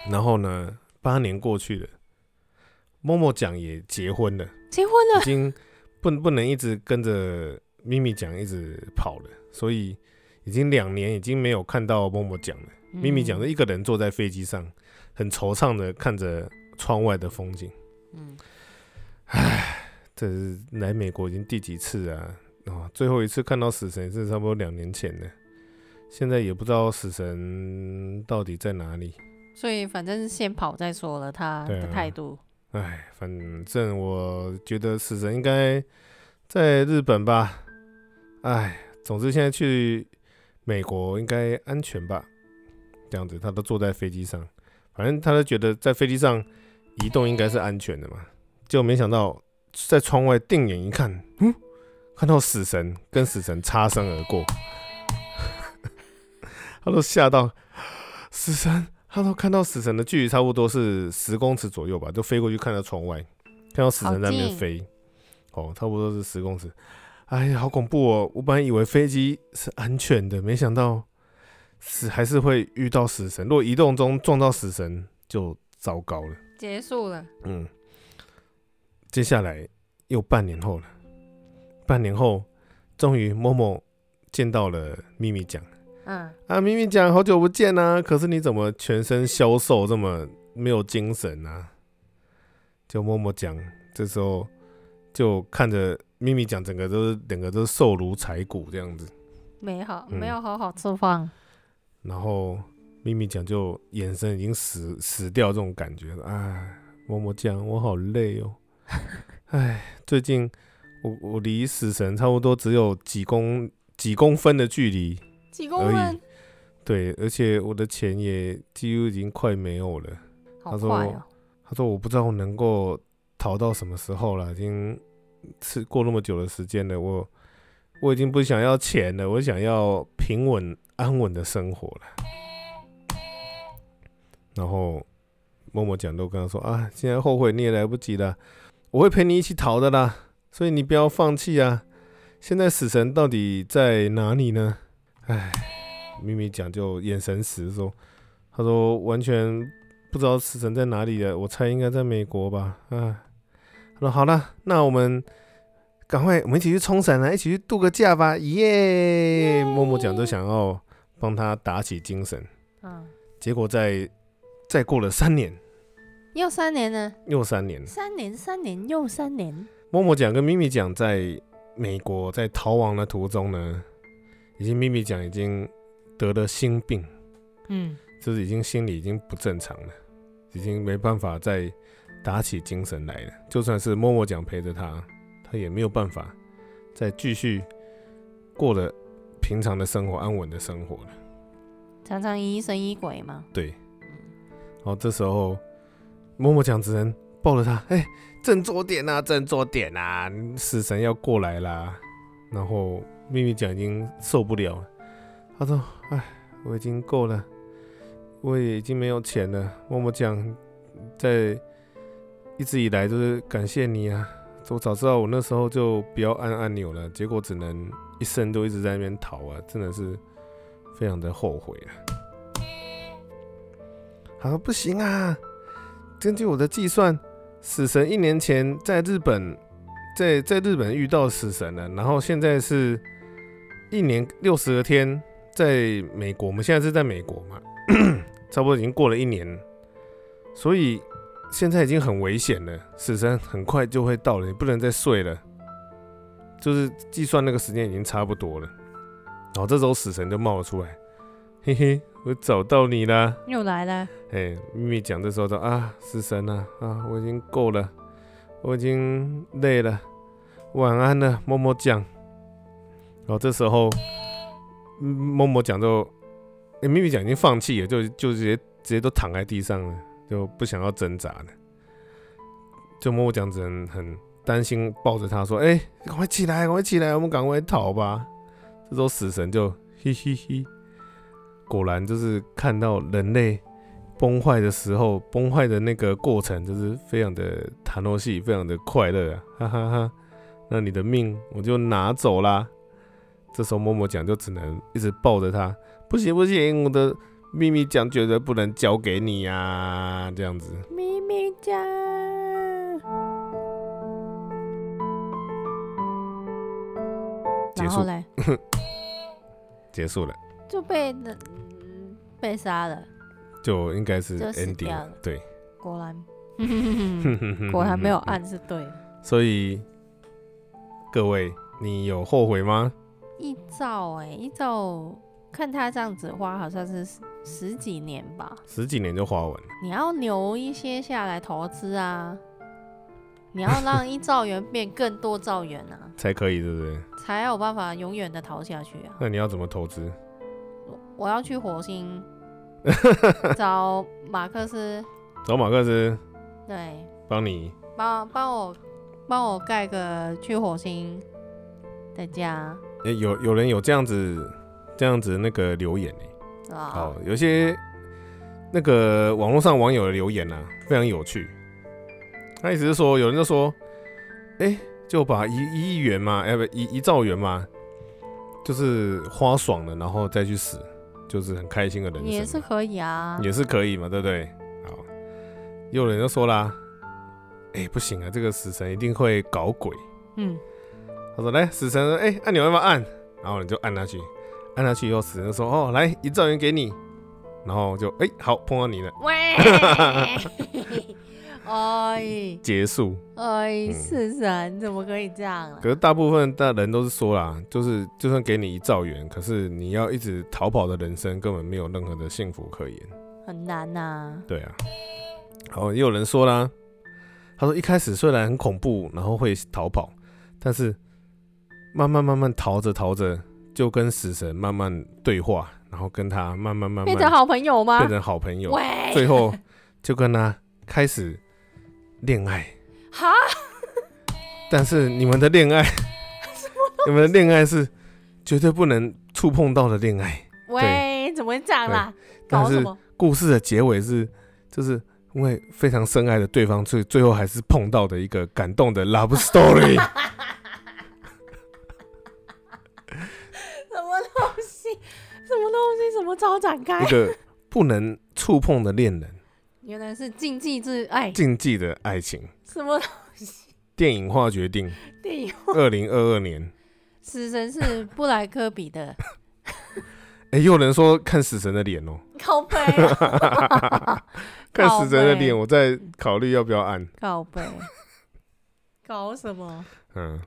然后呢，八年过去了，默默讲也结婚了，
结婚
已
了，
经不不能一直跟着咪咪讲一直跑了，所以已经两年已经没有看到默默讲了。嗯咪咪讲
的
的，一个人坐在飞机上，很惆怅的看着窗外的风景。
嗯，
这是来美国已经第几次啊？哦，最后一次看到死神是差不多两年前的，现在也不知道死神到底在哪里。
所以反正先跑再说了，他
对啊
的态度，
哎，反正我觉得死神应该在日本吧。哎，总之现在去美国应该安全吧？这样子，他都坐在飞机上，反正他都觉得在飞机上移动应该是安全的嘛。结果没想到在窗外定眼一看，嗯，看到死神跟死神擦身而过， 他都吓到。死神，他都看到死神的距离差不多是十公尺左右吧，就飞过去看到窗外，看到死神在
好
那边
近
飞，哦，差不多是十公尺。哎呀，好恐怖哦！我本来以为飞机是安全的，没想到是还是会遇到死神。如果移动中撞到死神，就糟糕了。
结束了，
嗯，接下来又半年后了，半年后，终于默默见到了秘密奖，
嗯，
啊，咪咪讲好久不见啊，可是你怎么全身消瘦，这么没有精神啊？就默默讲，这时候就看着咪咪讲，整个都是整个都是瘦如柴骨这样子。
没好，
嗯
没有好好吃饭。
然后咪咪讲就眼神已经死死掉这种感觉了，哎，默默讲我好累哦，哎，最近我我离死神差不多只有几公几公分的距离，
几公分，
对，而且我的钱也几乎已经快没有了。
好
他说
快哦！
他说我不知道我能够逃到什么时候了，已经吃过那么久的时间了，我我已经不想要钱了，我想要平稳安稳的生活了。然后默默讲都跟他说啊，现在后悔你也来不及了，我会陪你一起逃的啦，所以你不要放弃啊。现在死神到底在哪里呢？唉，咪咪讲就眼神死说，他说完全不知道死神在哪里了，啊我猜应该在美国吧。啊，他说好了，那我们赶快，我们一起去冲绳啊，一起去度个假吧，耶！默默讲就想要帮他打起精神，
嗯，
结果在再过了三年，
又三年呢，
又三年，
三年，三年又三年，
默默讲跟咪咪讲在美国在逃亡的途中呢，已经咪咪讲已经得了心病，
嗯，
就是已经心理已经不正常了，已经没办法再打起精神来了。就算是默默讲陪着他，他也没有办法再继续过了平常的生活、安稳的生活了。
常常疑神疑鬼嘛。
对，然后这时候默默讲只能抱着他，哎、振作点啊，振作点啊，死神要过来啦。然后秘密讲已经受不了了，他说：“哎，我已经够了，我也已经没有钱了。”默默讲在一直以来都是感谢你啊。我早知道我那时候就不要按按钮了，结果只能一生都一直在那边逃啊，真的是非常的后悔啊。他说不行啊，根据我的计算，死神一年前在日本，在在日本遇到死神了，然后现在是一年六十个天，在美国，我们现在是在美国嘛， 差不多已经过了一年，所以现在已经很危险了，死神很快就会到了，你不能再睡了，就是计算那个时间已经差不多了，然后这时候死神就冒了出来，嘿嘿，我找到你啦。
又来了，
哎，咪咪讲这时候说啊，死神啊啊，我已经够了，我已经累了，晚安了，默默讲。然后这时候，嗯默默讲就，哎、咪咪讲已经放弃了，就就直接直接都躺在地上了，就不想要挣扎了。就默默讲只能很担心，抱着他说：“哎、赶快起来，赶快起来，我们赶快逃吧。”这时候死神就嘿嘿嘿，果然就是看到人类崩坏的时候，崩坏的那个过程，就是非常的弹诺戏，非常的快乐啊，哈哈哈那你的命我就拿走啦。这时候默默讲就只能一直抱着他，不行不行，我的秘密讲绝对不能交给你呀、啊，这样子。
咪咪酱。
结
然后
束
嘞，
结束了，
就被嗯被杀了，
就应该是
就死
ending
掉
了
了
对，
果然，
我
果
还
然没有。按是对的。
所以各位，你有后悔吗？
一照哎、一照，看他这样子花，好像是十十几年吧。
十几年就花完了，
你要留一些下来投资啊，你要让一兆元变更多兆元啊，
才可以，对不对？
才有办法永远的逃下去啊。
那你要怎么投资？
我我要去火星找马克思，
找马克思
对，
帮你
帮帮我帮我盖个去火星的家，
诶，有有人有这样子这样子那个留言呢、
是吧？
哦，有些那个网络上网友的留言啊，非常有趣。他意思是说，有人就说，哎、就把一一亿元嘛，哎、不一一兆元嘛，就是花爽了，然后再去死，就是很开心的人生嘛，
也是可以啊。
也是可以嘛，对不对？好，又有人就说啦，哎、不行啊，这个死神一定会搞鬼。
嗯，
他说：“来，死神说，哎、按钮要不要按？”然后你就按下去，按下去以后，死人就说：“哦，来，一兆元给你。”然后就哎、好碰到你了，
喂，哎
结束。
哎，是神，怎么可以这样啊？
可是大部分的人都是说啦，就是就算给你一兆元，可是你要一直逃跑的人生根本没有任何的幸福可言。
很难呐、
对啊，好，也有人说啦，他说一开始虽然很恐怖，然后会逃跑，但是慢慢慢慢逃着逃着，就跟死神慢慢对话，然后跟他慢慢慢慢
变成好朋友吗
变？成好朋友，
啊喂，
最后就跟他开始 恋爱。
哈，
但是你们的恋爱，你们的恋爱是绝对不能触碰到的恋爱。
喂，怎么会这样啦？
但
搞什
是
么？
故事的结尾是，就是因为非常深爱的对方，最最后还是碰到的一个感动的 love story。
什么东西？什么东西？怎么早展开
一？个不能触碰的恋人，
原来是禁忌之爱，
禁忌的爱情。
什么
电影化决定，
电影？
二零二二年。
死神是布莱克比的
哎、又有人说看死神的脸哦、
靠背啊，
看死神的
靠背
脸，我在考虑要不要按。
靠背， 搞什么？
嗯，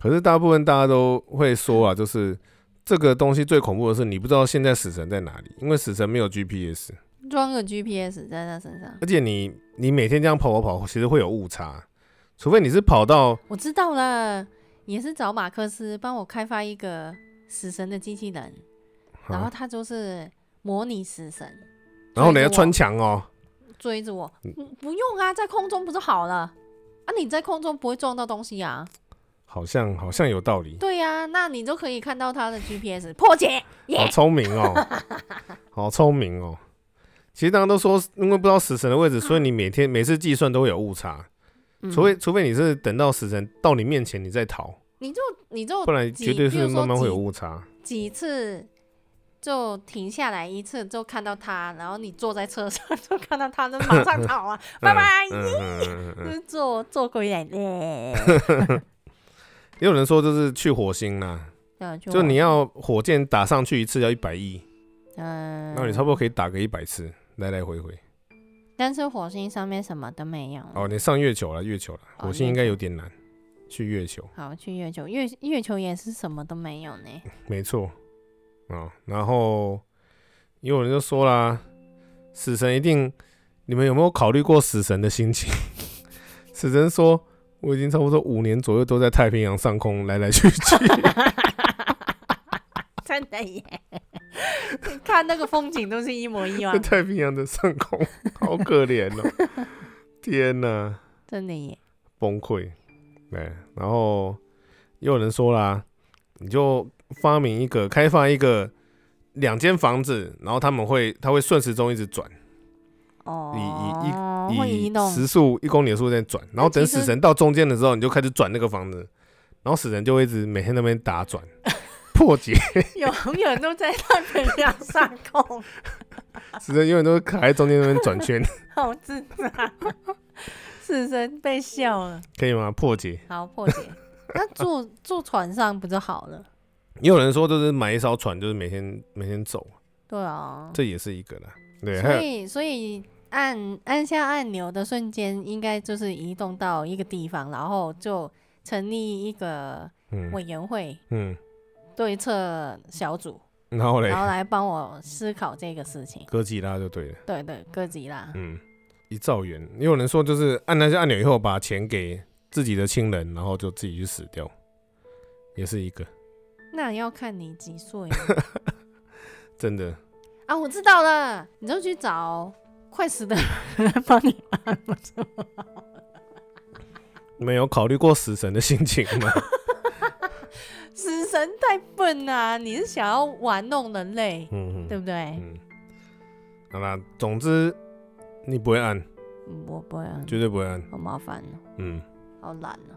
可是大部分大家都会说啊，就是这个东西最恐怖的是，你不知道现在死神在哪里，因为死神没有 GPS，
装个 GPS 在他身上，
而且你你每天这样跑跑跑，其实会有误差，除非你是跑到
我知道了，也是找马克思帮我开发一个死神的机器人，然后
啊
他就是模拟死神
然后你要
追着我
穿墙哦，
追着我，嗯不用啊，在空中不是好了啊？你在空中不会撞到东西啊？
好像好像有道理，
对呀、那你就可以看到他的 GPS 破解耶
好聪明 哦，好聪明哦。其实大家都说，因为不知道死神的位置，所以你每天每次计算都会有误差，
嗯
除非除非你是等到死神到你面前你再逃，
你就你就
不然
哦几
绝对
比
是
如说
慢慢会有
几
误差。
几次就停下来一次，就看到他，然后你坐在车上 就看到他，就马上跑啊，拜拜，
嗯嗯嗯嗯嗯
就是做做鬼脸， 耶
也有人说就是去火星啦，
对啊就
就
我
你要火箭打上去一次要一百亿，
嗯，
那你差不多可以打个一百次，来来回回。
但是火星上面什么都没有。
哦，你上月球了，月球了，
嗯哦
火星应该有点难。去月球，
好，去月球，月月球也是什么都没有 呢。
没错。哦，然后也有人就说啦，死神一定，你们有没有考虑过死神的心情？ 死神说，我已经差不多五年左右都在太平洋上空来来去 去。
真的耶， 你看那个风景都是一模一样
在，太平洋的上空，好可怜哦！ 天哪，
真的耶。
崩溃。对，然后也有人说啦，你就发明一个，开发一个两间房子，然后他们会，它会顺时钟一直转，
哦，会移
以
动，
时速一公里的速度在转，然后等
其实
死神到中间的时候，你就开始转那个房子，然后死神就会一直每天在那边 打转，破解。
永远都在太平洋上空，
死神永远都会卡在中间那边转圈，
好自在。 死神被笑了，
可以吗？破解。
好破解。那坐坐船上不就好了？
也有人说，就是买一艘船，就是每天每天走。
对啊，
这也是一个啦。对，还
所
有
以所以按按下按钮的瞬间，应该就是移动到一个地方，然后就成立一个
嗯
委员会
嗯，
对策小组，
然后嘞
然，后来帮我思考这个事情。
哥吉拉就对了，
对对，哥吉拉，
嗯，一兆元，也有人说就是按那些按钮以后，把钱给自己的亲人，然后就自己去死掉，也是一个
那要看你几岁
真的。
啊！我知道了，你就去找快死的人帮你按摩。
没有考虑过死神的心情吗？
死神太笨啊！你是想要玩弄人类，
嗯
对
嗯
不对？
嗯，好啦，总之你不会按，
嗯我不会按，
绝对不会按。
好麻烦哦，
嗯，
好懒哦。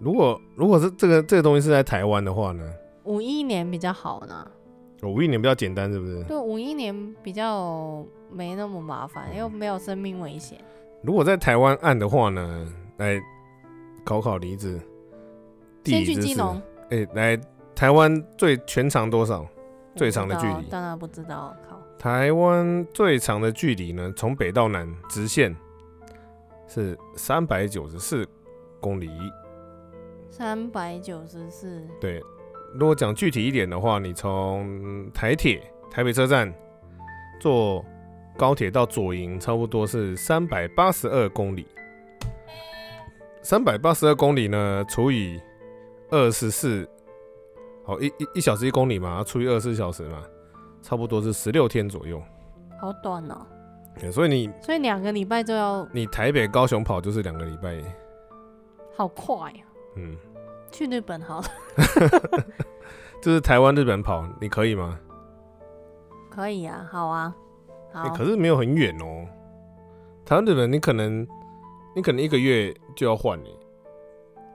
如果如果是这个这个东西是在台湾的话呢，
五一年比较好呢，
五一年比较简单，是不是？
对，五一年比较没那么麻烦，
嗯
又没有生命危险。
如果在台湾按的话呢，来考考梨子，地
先
理
去
知
基
识。
隆，
哎、来台湾最全长多少？
我
最
不
长的
知
距
道
离
当然不知道，靠，
台湾最长的距离呢，从北到南直线是三百九十四公里。
三百九十四，
对，如果讲具体一点的话，你从台铁台北车站坐高铁到左营，差不多是三百八十二公里。三百八十二公里呢，除以二十四，好一一一小时一公里嘛，除以二十四小时嘛，差不多是十六天左右。
好短哦，
对所以你
所以两个礼拜就要，
你台北高雄跑就是两个礼拜，
好快啊！
嗯，
去日本好了，
就是台湾日本跑，你可以吗？
可以啊，好啊，好，
欸可是没有很远哦。台湾日本，你可能你可能一个月就要换你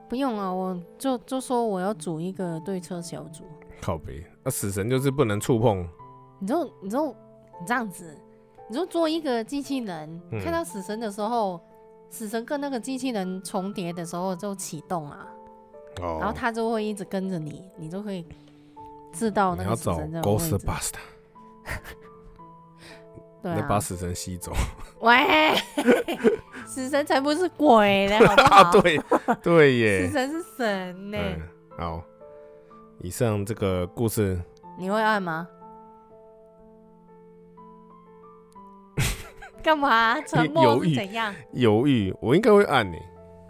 不用啊，我就就说我要组一个对车小组，
靠背。那、死神就是不能触碰，
你就你就你这样子，你就做一个机器人，
嗯
看到死神的时候，死神跟那个机器人重叠的时候就启动啊，
哦
然后它就会一直跟着你，你就可以知道那
你
个
要
死
找
神在
Ghost
位
b
置。
u s t e
对
r
啊，
把死神吸走。
喂， 死神才不是鬼 呢，哎好不好？
啊，对对
死
耶，
神是神呢、
嗯，好。以上这个故事，
你会按吗？ 干嘛？沉默
犹豫
是怎样？
犹豫我应该会按你，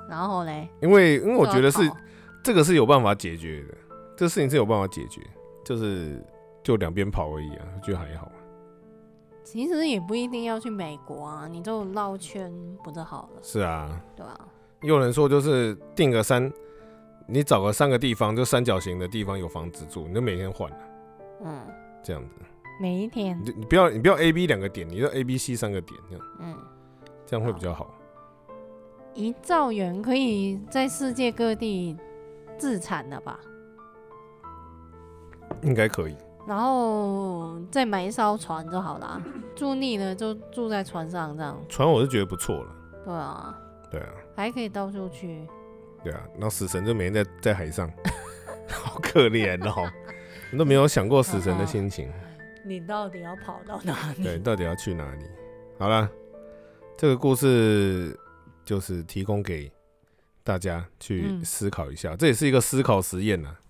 然后嘞？
因为因为我觉得是
就要考
这个是有办法解决的，这事情是有办法解决，就是就两边跑而已啊，我觉得还好。
其实也不一定要去美国啊，你就绕圈不就好了，
是啊，
对吧、
有人说就是定个三，你找个三个地方，就三角形的地方有房子住，你就每天换啊
嗯，
这样子。
每一天
你，就你不要你不要 A B 两个点，你就 A B C 三个点，这样
嗯，
这样会比较好。
一兆元可以在世界各地自产了吧？
应该可以。
然后再买一艘船就好啦。住腻了就住在船上这样，
船我是觉得不错了，
对啊，
对啊，
还可以到处去。
对啊。然后死神就每天在在海上， 好可怜哦。你都没有想过死神的心情，
你到底要跑到哪
对，
里？
到底要去哪里？好了，这个故事就是提供给大家去
嗯
思考一下，这也是一个思考实验呢、啊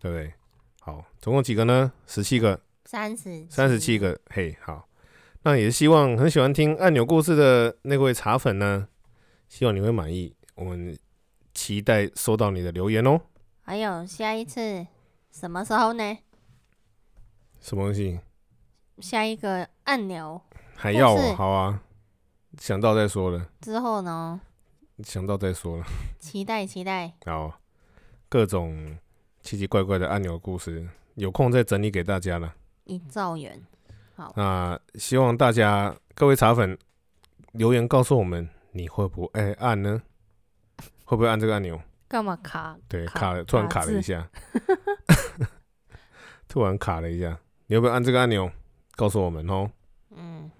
对不对？好，总共几个呢？十七个，
三十，
三十七。个，嘿，好。那也希望很喜欢听按钮故事的那位茶粉呢，希望你会满意。我们期待收到你的留言哦。
还有下一次什么时候呢？
什么东西？
下一个按钮
还要
故事
哦？好啊，想到再说了，
之后呢？
想到再说了。
期待期待。
然后各种奇奇怪怪的按钮故事，有空再整理给大家了。
一兆元，好，
那希望大家各位茶粉留言告诉我们，你会不会按呢？会不会按这个按钮？
干嘛卡？
对，
卡
卡了，突然
卡
卡了一
字
下， 突然卡了一下，你会不会按这个按钮？告诉我们哦。
嗯，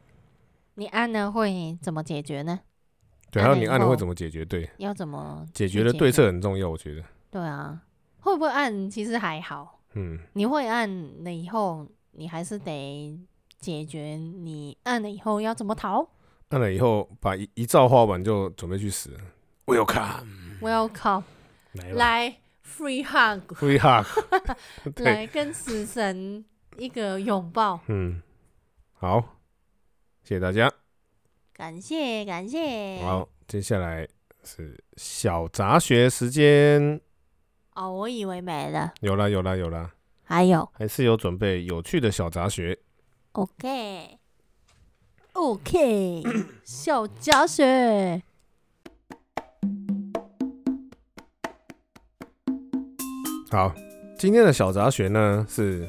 你按了会怎么解决呢？
对，还
按了
有你
以
按了会
后
怎么解决？对，
要怎么
解
去
决的对策？很重要，我觉得。
对啊，会不会按其实还好，
嗯，
你会按了以后，你还是得解决你按了以后要怎么逃。
按了以后，把一一兆花完就准备去死了。Welcome，
Welcome，
来吧
来 free hug，
，free hug，对
来跟死神一个拥抱，
嗯，好，谢谢大家。
感谢感谢。
好，接下来是小杂学时间，
哦，我以为没了，
有啦有啦有啦，
还有
还是有准备有趣的小杂学。
OK。OK，小家雪，
好，今天的小杂学呢是，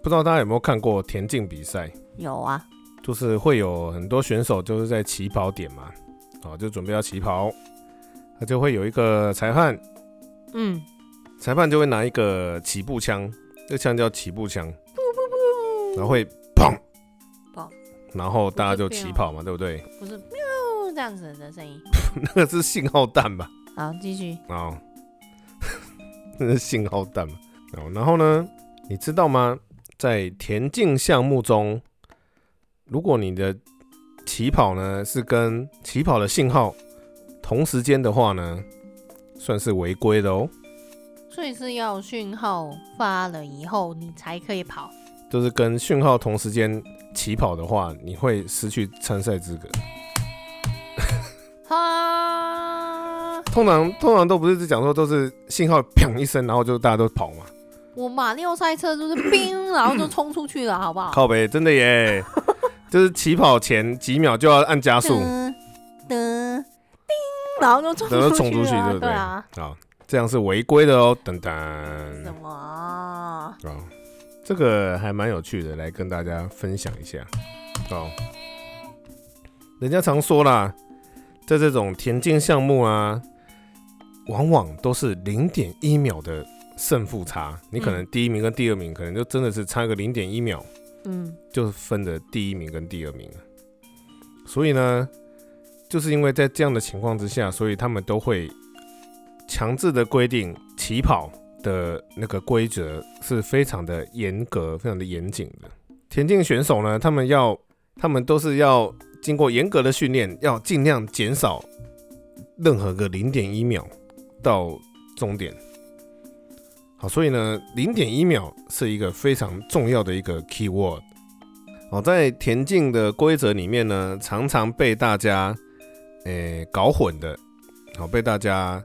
不知道大家有没有看过田径比赛？
有啊，
就是会有很多选手就是在起跑点嘛，哦，就准备要起跑，他就会有一个裁判，
嗯，
裁判就会拿一个起步枪，这枪叫起步枪，
哦
然后会砰
砰，
然后大家就
不是这
起
样
跑嘛，对不对？
不是喵这样子的声音。
那个是信号弹吧？
好，继续，
哦， 那是信号弹嘛。哦，然后呢，你知道吗？在田径项目中，如果你的起跑呢是跟起跑的信号同时间的话呢，算是违规的哦。
所以是要讯号发了以后你才可以跑。
就是跟讯号同时间起跑的话，你会失去参赛资格。
哈，
通常通常都不是只讲说都是信号砰一声，然后就大家都跑嘛。
我马里奥赛车就是冰，然后就冲出去了，好不好？
靠北，真的 耶！就是起跑前几秒就要按加速，
噔噔，叮，然后就冲
然后
出
冲出去，
了
对不对？
啊，
好，这样是违规的哦。等等，
什么啊？
哦，这个还蛮有趣的，来跟大家分享一下。哦，人家常说啦，在这种田径项目啊，往往都是零点一秒的胜负差，你可能第一名跟第二名可能就真的是差个零点一秒，
嗯，
就分的第一名跟第二名了。所以呢，就是因为在这样的情况之下，所以他们都会强制的规定起跑的那个规则是非常的严格、非常的严谨的。田径选手呢，他们要，他们都是要经过严格的训练，要尽量减少任何个零点一秒到终点。好，所以呢，零点一秒是一个非常重要的一个 key word。哦，在田径的规则里面呢，常常被大家诶、搞混的，好、被大家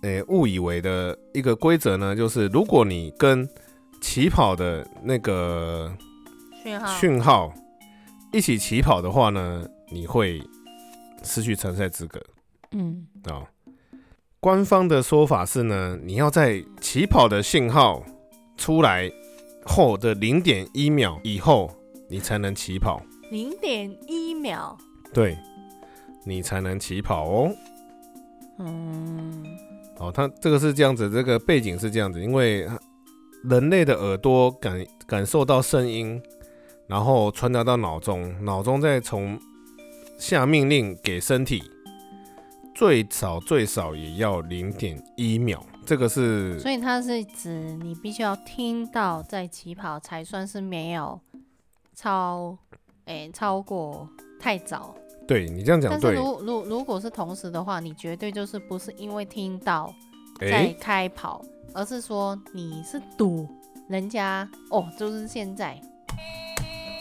诶、误以为的一个规则呢，就是如果你跟起跑的那个
讯号，
讯号一起起跑的话呢，你会失去参赛资格。
嗯，
哦，官方的说法是呢，你要在起跑的信号出来后的零点一秒以后，你才能起跑。
零点一秒，
对，你才能起跑哦。
嗯，
哦，它这个是这样子，这个背景是这样子，因为人类的耳朵感感受到声音，然后传达到脑中，脑中再从下命令给身体，最少最少也要零点一秒，这个是
所以它是指你必须要听到在起跑才算是没有超，诶、超过太早。
对你这样讲
但是
对，
如如如果是同时的话，你绝对就是不是因为听到
哎、
在开跑，而是说你是赌人家哦，就是现在，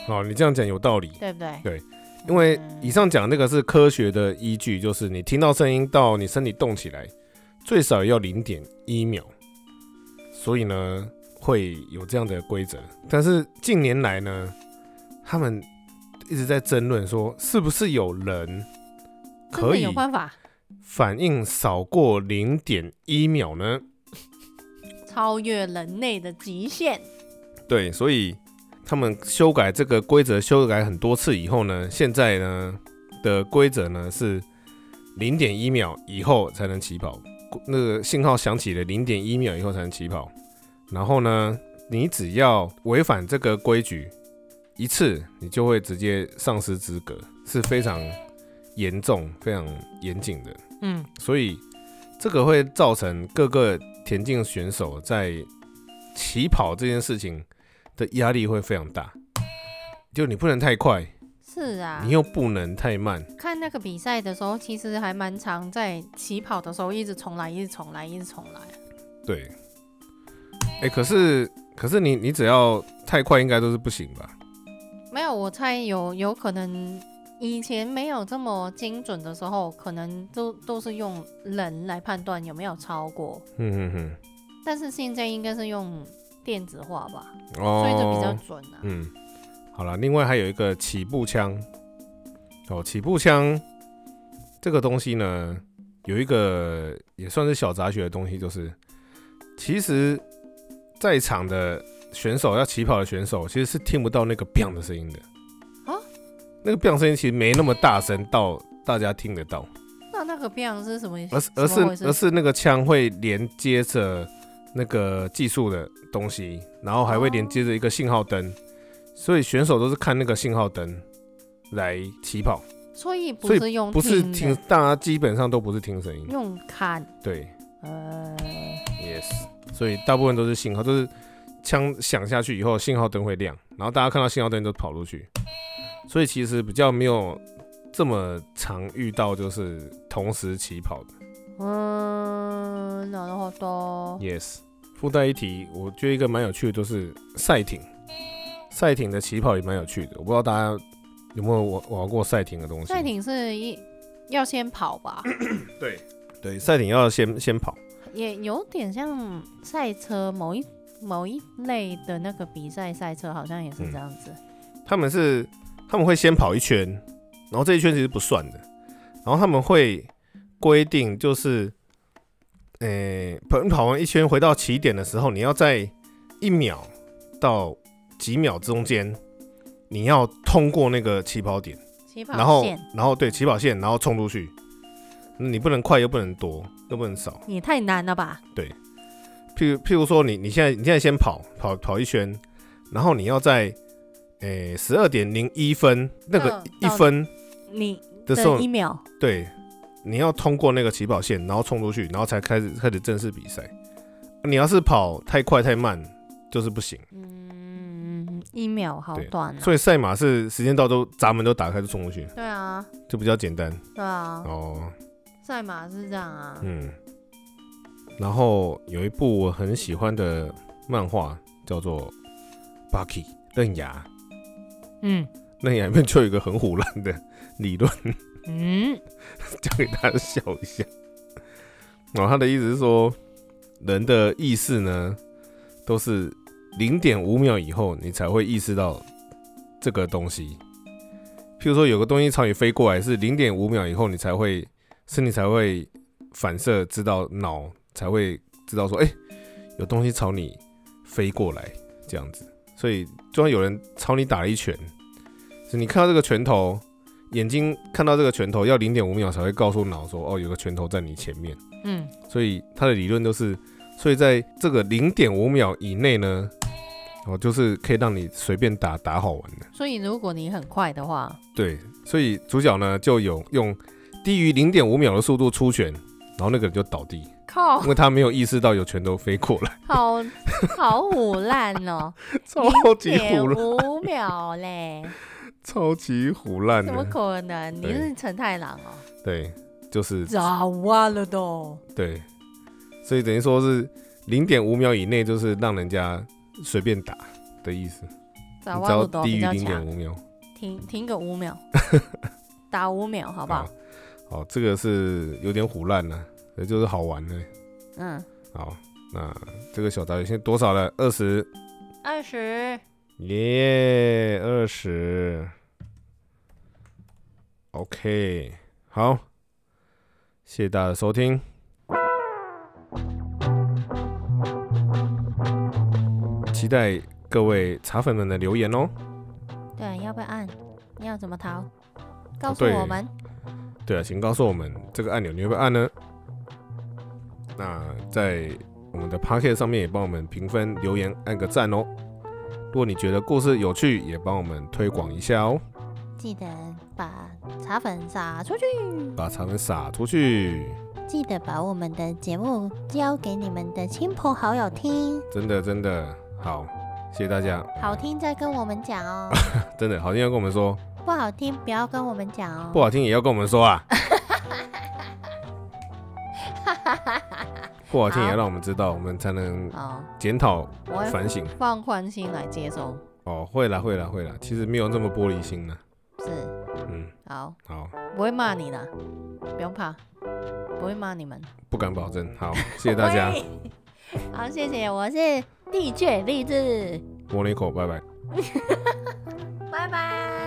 哦，你这样讲有道理，
对不对？
对因为
嗯
以上讲那个是科学的依据，就是你听到声音到你身体动起来，最少要零点一秒，所以呢会有这样的规则。但是近年来呢，他们一直在争论说，是不是有人
真
可
的
以
有办法
反应少过零点一秒呢？
超越人类的极限。
对，所以他们修改这个规则，修改很多次以后呢，现在呢的规则呢是零点一秒以后才能起跑，那个信号响起的零点一秒以后才能起跑。然后呢，你只要违反这个规矩一次，你就会直接丧失资格，是非常严重、非常严谨的。
嗯，
所以这个会造成各个田径选手在起跑这件事情的压力会非常大，就你不能太快，
是啊
你。又不能太慢，
看那个比赛的时候，其实还蛮常在起跑的时候一直重来，一直重来，一直重来。
对。哎、可是可是你你只要太快，应该都是不行吧？
没有，我猜有有可能以前没有这么精准的时候，可能都都是用人来判断有没有超过，
嗯哼哼，
但是现在应该是用电子化吧，
哦，
所以就比较准啊。
嗯，好了，另外还有一个起步枪，哦，起步枪这个东西呢，有一个也算是小杂学的东西，就是其实在场的选手要起跑的选手，其实是听不到那个 “biang” 的声音的
啊，
那个 “biang” 声音其实没那么大声到大家听得到，
那那个 b i 是什么意思？
而是而
怎么回
是
事
而是那个枪会连接着那个技术的东西，然后还会连接着一个信号灯，所以选手都是看那个信号灯来起跑，
所以不
所以
是用
不是
的
听，大家基本上都不是听声音，
用看，
对
呃，
，yes，所以大部分都是信号，都是枪响下去以后，信号灯会亮，然后大家看到信号灯就跑出去。所以其实比较没有这么常遇到，就是同时起跑的。
嗯，なるほど。
Yes，附带一提，我觉得一个蛮有趣的就是赛艇，赛艇的起跑也蛮有趣的。我不知道大家有没有玩玩过赛艇的东西？
赛艇是一要先跑 吧，
对对，赛艇要先先跑。
也有点像赛车某一某一类的那个比赛赛车，好像也是这样子。
他们是他们会先跑一圈，然后这一圈其实不算的，然后他们会规定就是，诶、跑跑完一圈回到起点的时候，你要在一秒到几秒中间，你要通过那个起跑点，
起
然
跑
后
线，
然后对起跑线，然后冲出去，你不能快又不能多又不能少。
也太难了吧？
譬如譬如说你你现在你现在先跑跑跑一圈，然后你要在诶十二点零一分那个
嗯
一
到
分
你
的时候
的一，秒，
对，你要通过那个起跑线，然后冲出去，然后才开始开始正式比赛。你要是跑太快太慢就是不行，
嗯，一秒好短啊。
所以赛马是时间到都闸门都打开就冲出去，
对啊，
就比较简单
对啊，
哦。
赛马是这样啊。
嗯，然后有一部我很喜欢的漫画叫做《Bucky 刃牙》。
嗯
那里面就有一个很虎烂的理论，
嗯
讲给大家笑一下。然后他的意思是说，人的意识呢，都是零点五秒以后你才会意识到这个东西。譬如说，有个东西朝你飞过来，是零点五秒以后你才会身体才会反射知道脑才会知道说，哎、有东西朝你飞过来这样子。所以，就算有人朝你打了一拳，就是你看到这个拳头，眼睛看到这个拳头要零点五秒才会告诉脑说，哦，有个拳头在你前面。
嗯，
所以他的理论都是，所以在这个零点五秒以内呢，哦，就是可以让你随便打打好玩的。
所以如果你很快的话，
对，所以主角呢就有用低于零点五秒的速度出拳，然后那个人就倒地，
靠
因，为他没有意识到有拳头飞过 来，
好好虎烂 哦，
超级
点
虎烂，
五秒 嘞，
超级虎烂
怎么
的。
可能？你
对
是陈太郎哦，
对，就是
早完了都。
对，所以等于说是零点五秒以内就是让人家随便打的意思，
早
你
万
只要
不多
低
比
于
较
零点
强，
五秒，
停停个五 秒，打五秒好不好？
好，这个是有点虎烂了，也就是好玩的。
嗯，
好，那这个小导演现在多少了？二十
二十，
耶，二十。OK，好，谢谢大家的收听。期待各位茶粉们的留言哦。
对，要不要按？你要怎么逃？告诉
啊对
我们，
对啊，请告诉我们这个按钮你会不会按呢？那在我们的 p o c k e t 上面也帮我们评分、留言、按个赞哦。如果你觉得故事有趣，也帮我们推广一下哦，
记得把茶粉撒出去，
把茶粉撒出去。
记得把我们的节目交给你们的亲朋好友听，
真的真的好，谢谢大家，
好听再跟我们讲 哦，
真的好听要跟我们说，
不好听不要跟我们讲哦。
不好听也要跟我们 说啊，不好听也要让我们知道，我们才能
好，
检讨
我会
反省。
放宽心来接受，
哦，会啦会啦会啦，其实没有那么玻璃心呢。
是
嗯，
好，
好，
不会骂你的，不用怕，不会骂你们。
不敢保证。好，谢谢大家，
喂。好，谢谢，我是地雀荔枝，
摸了一口，拜拜。
拜拜。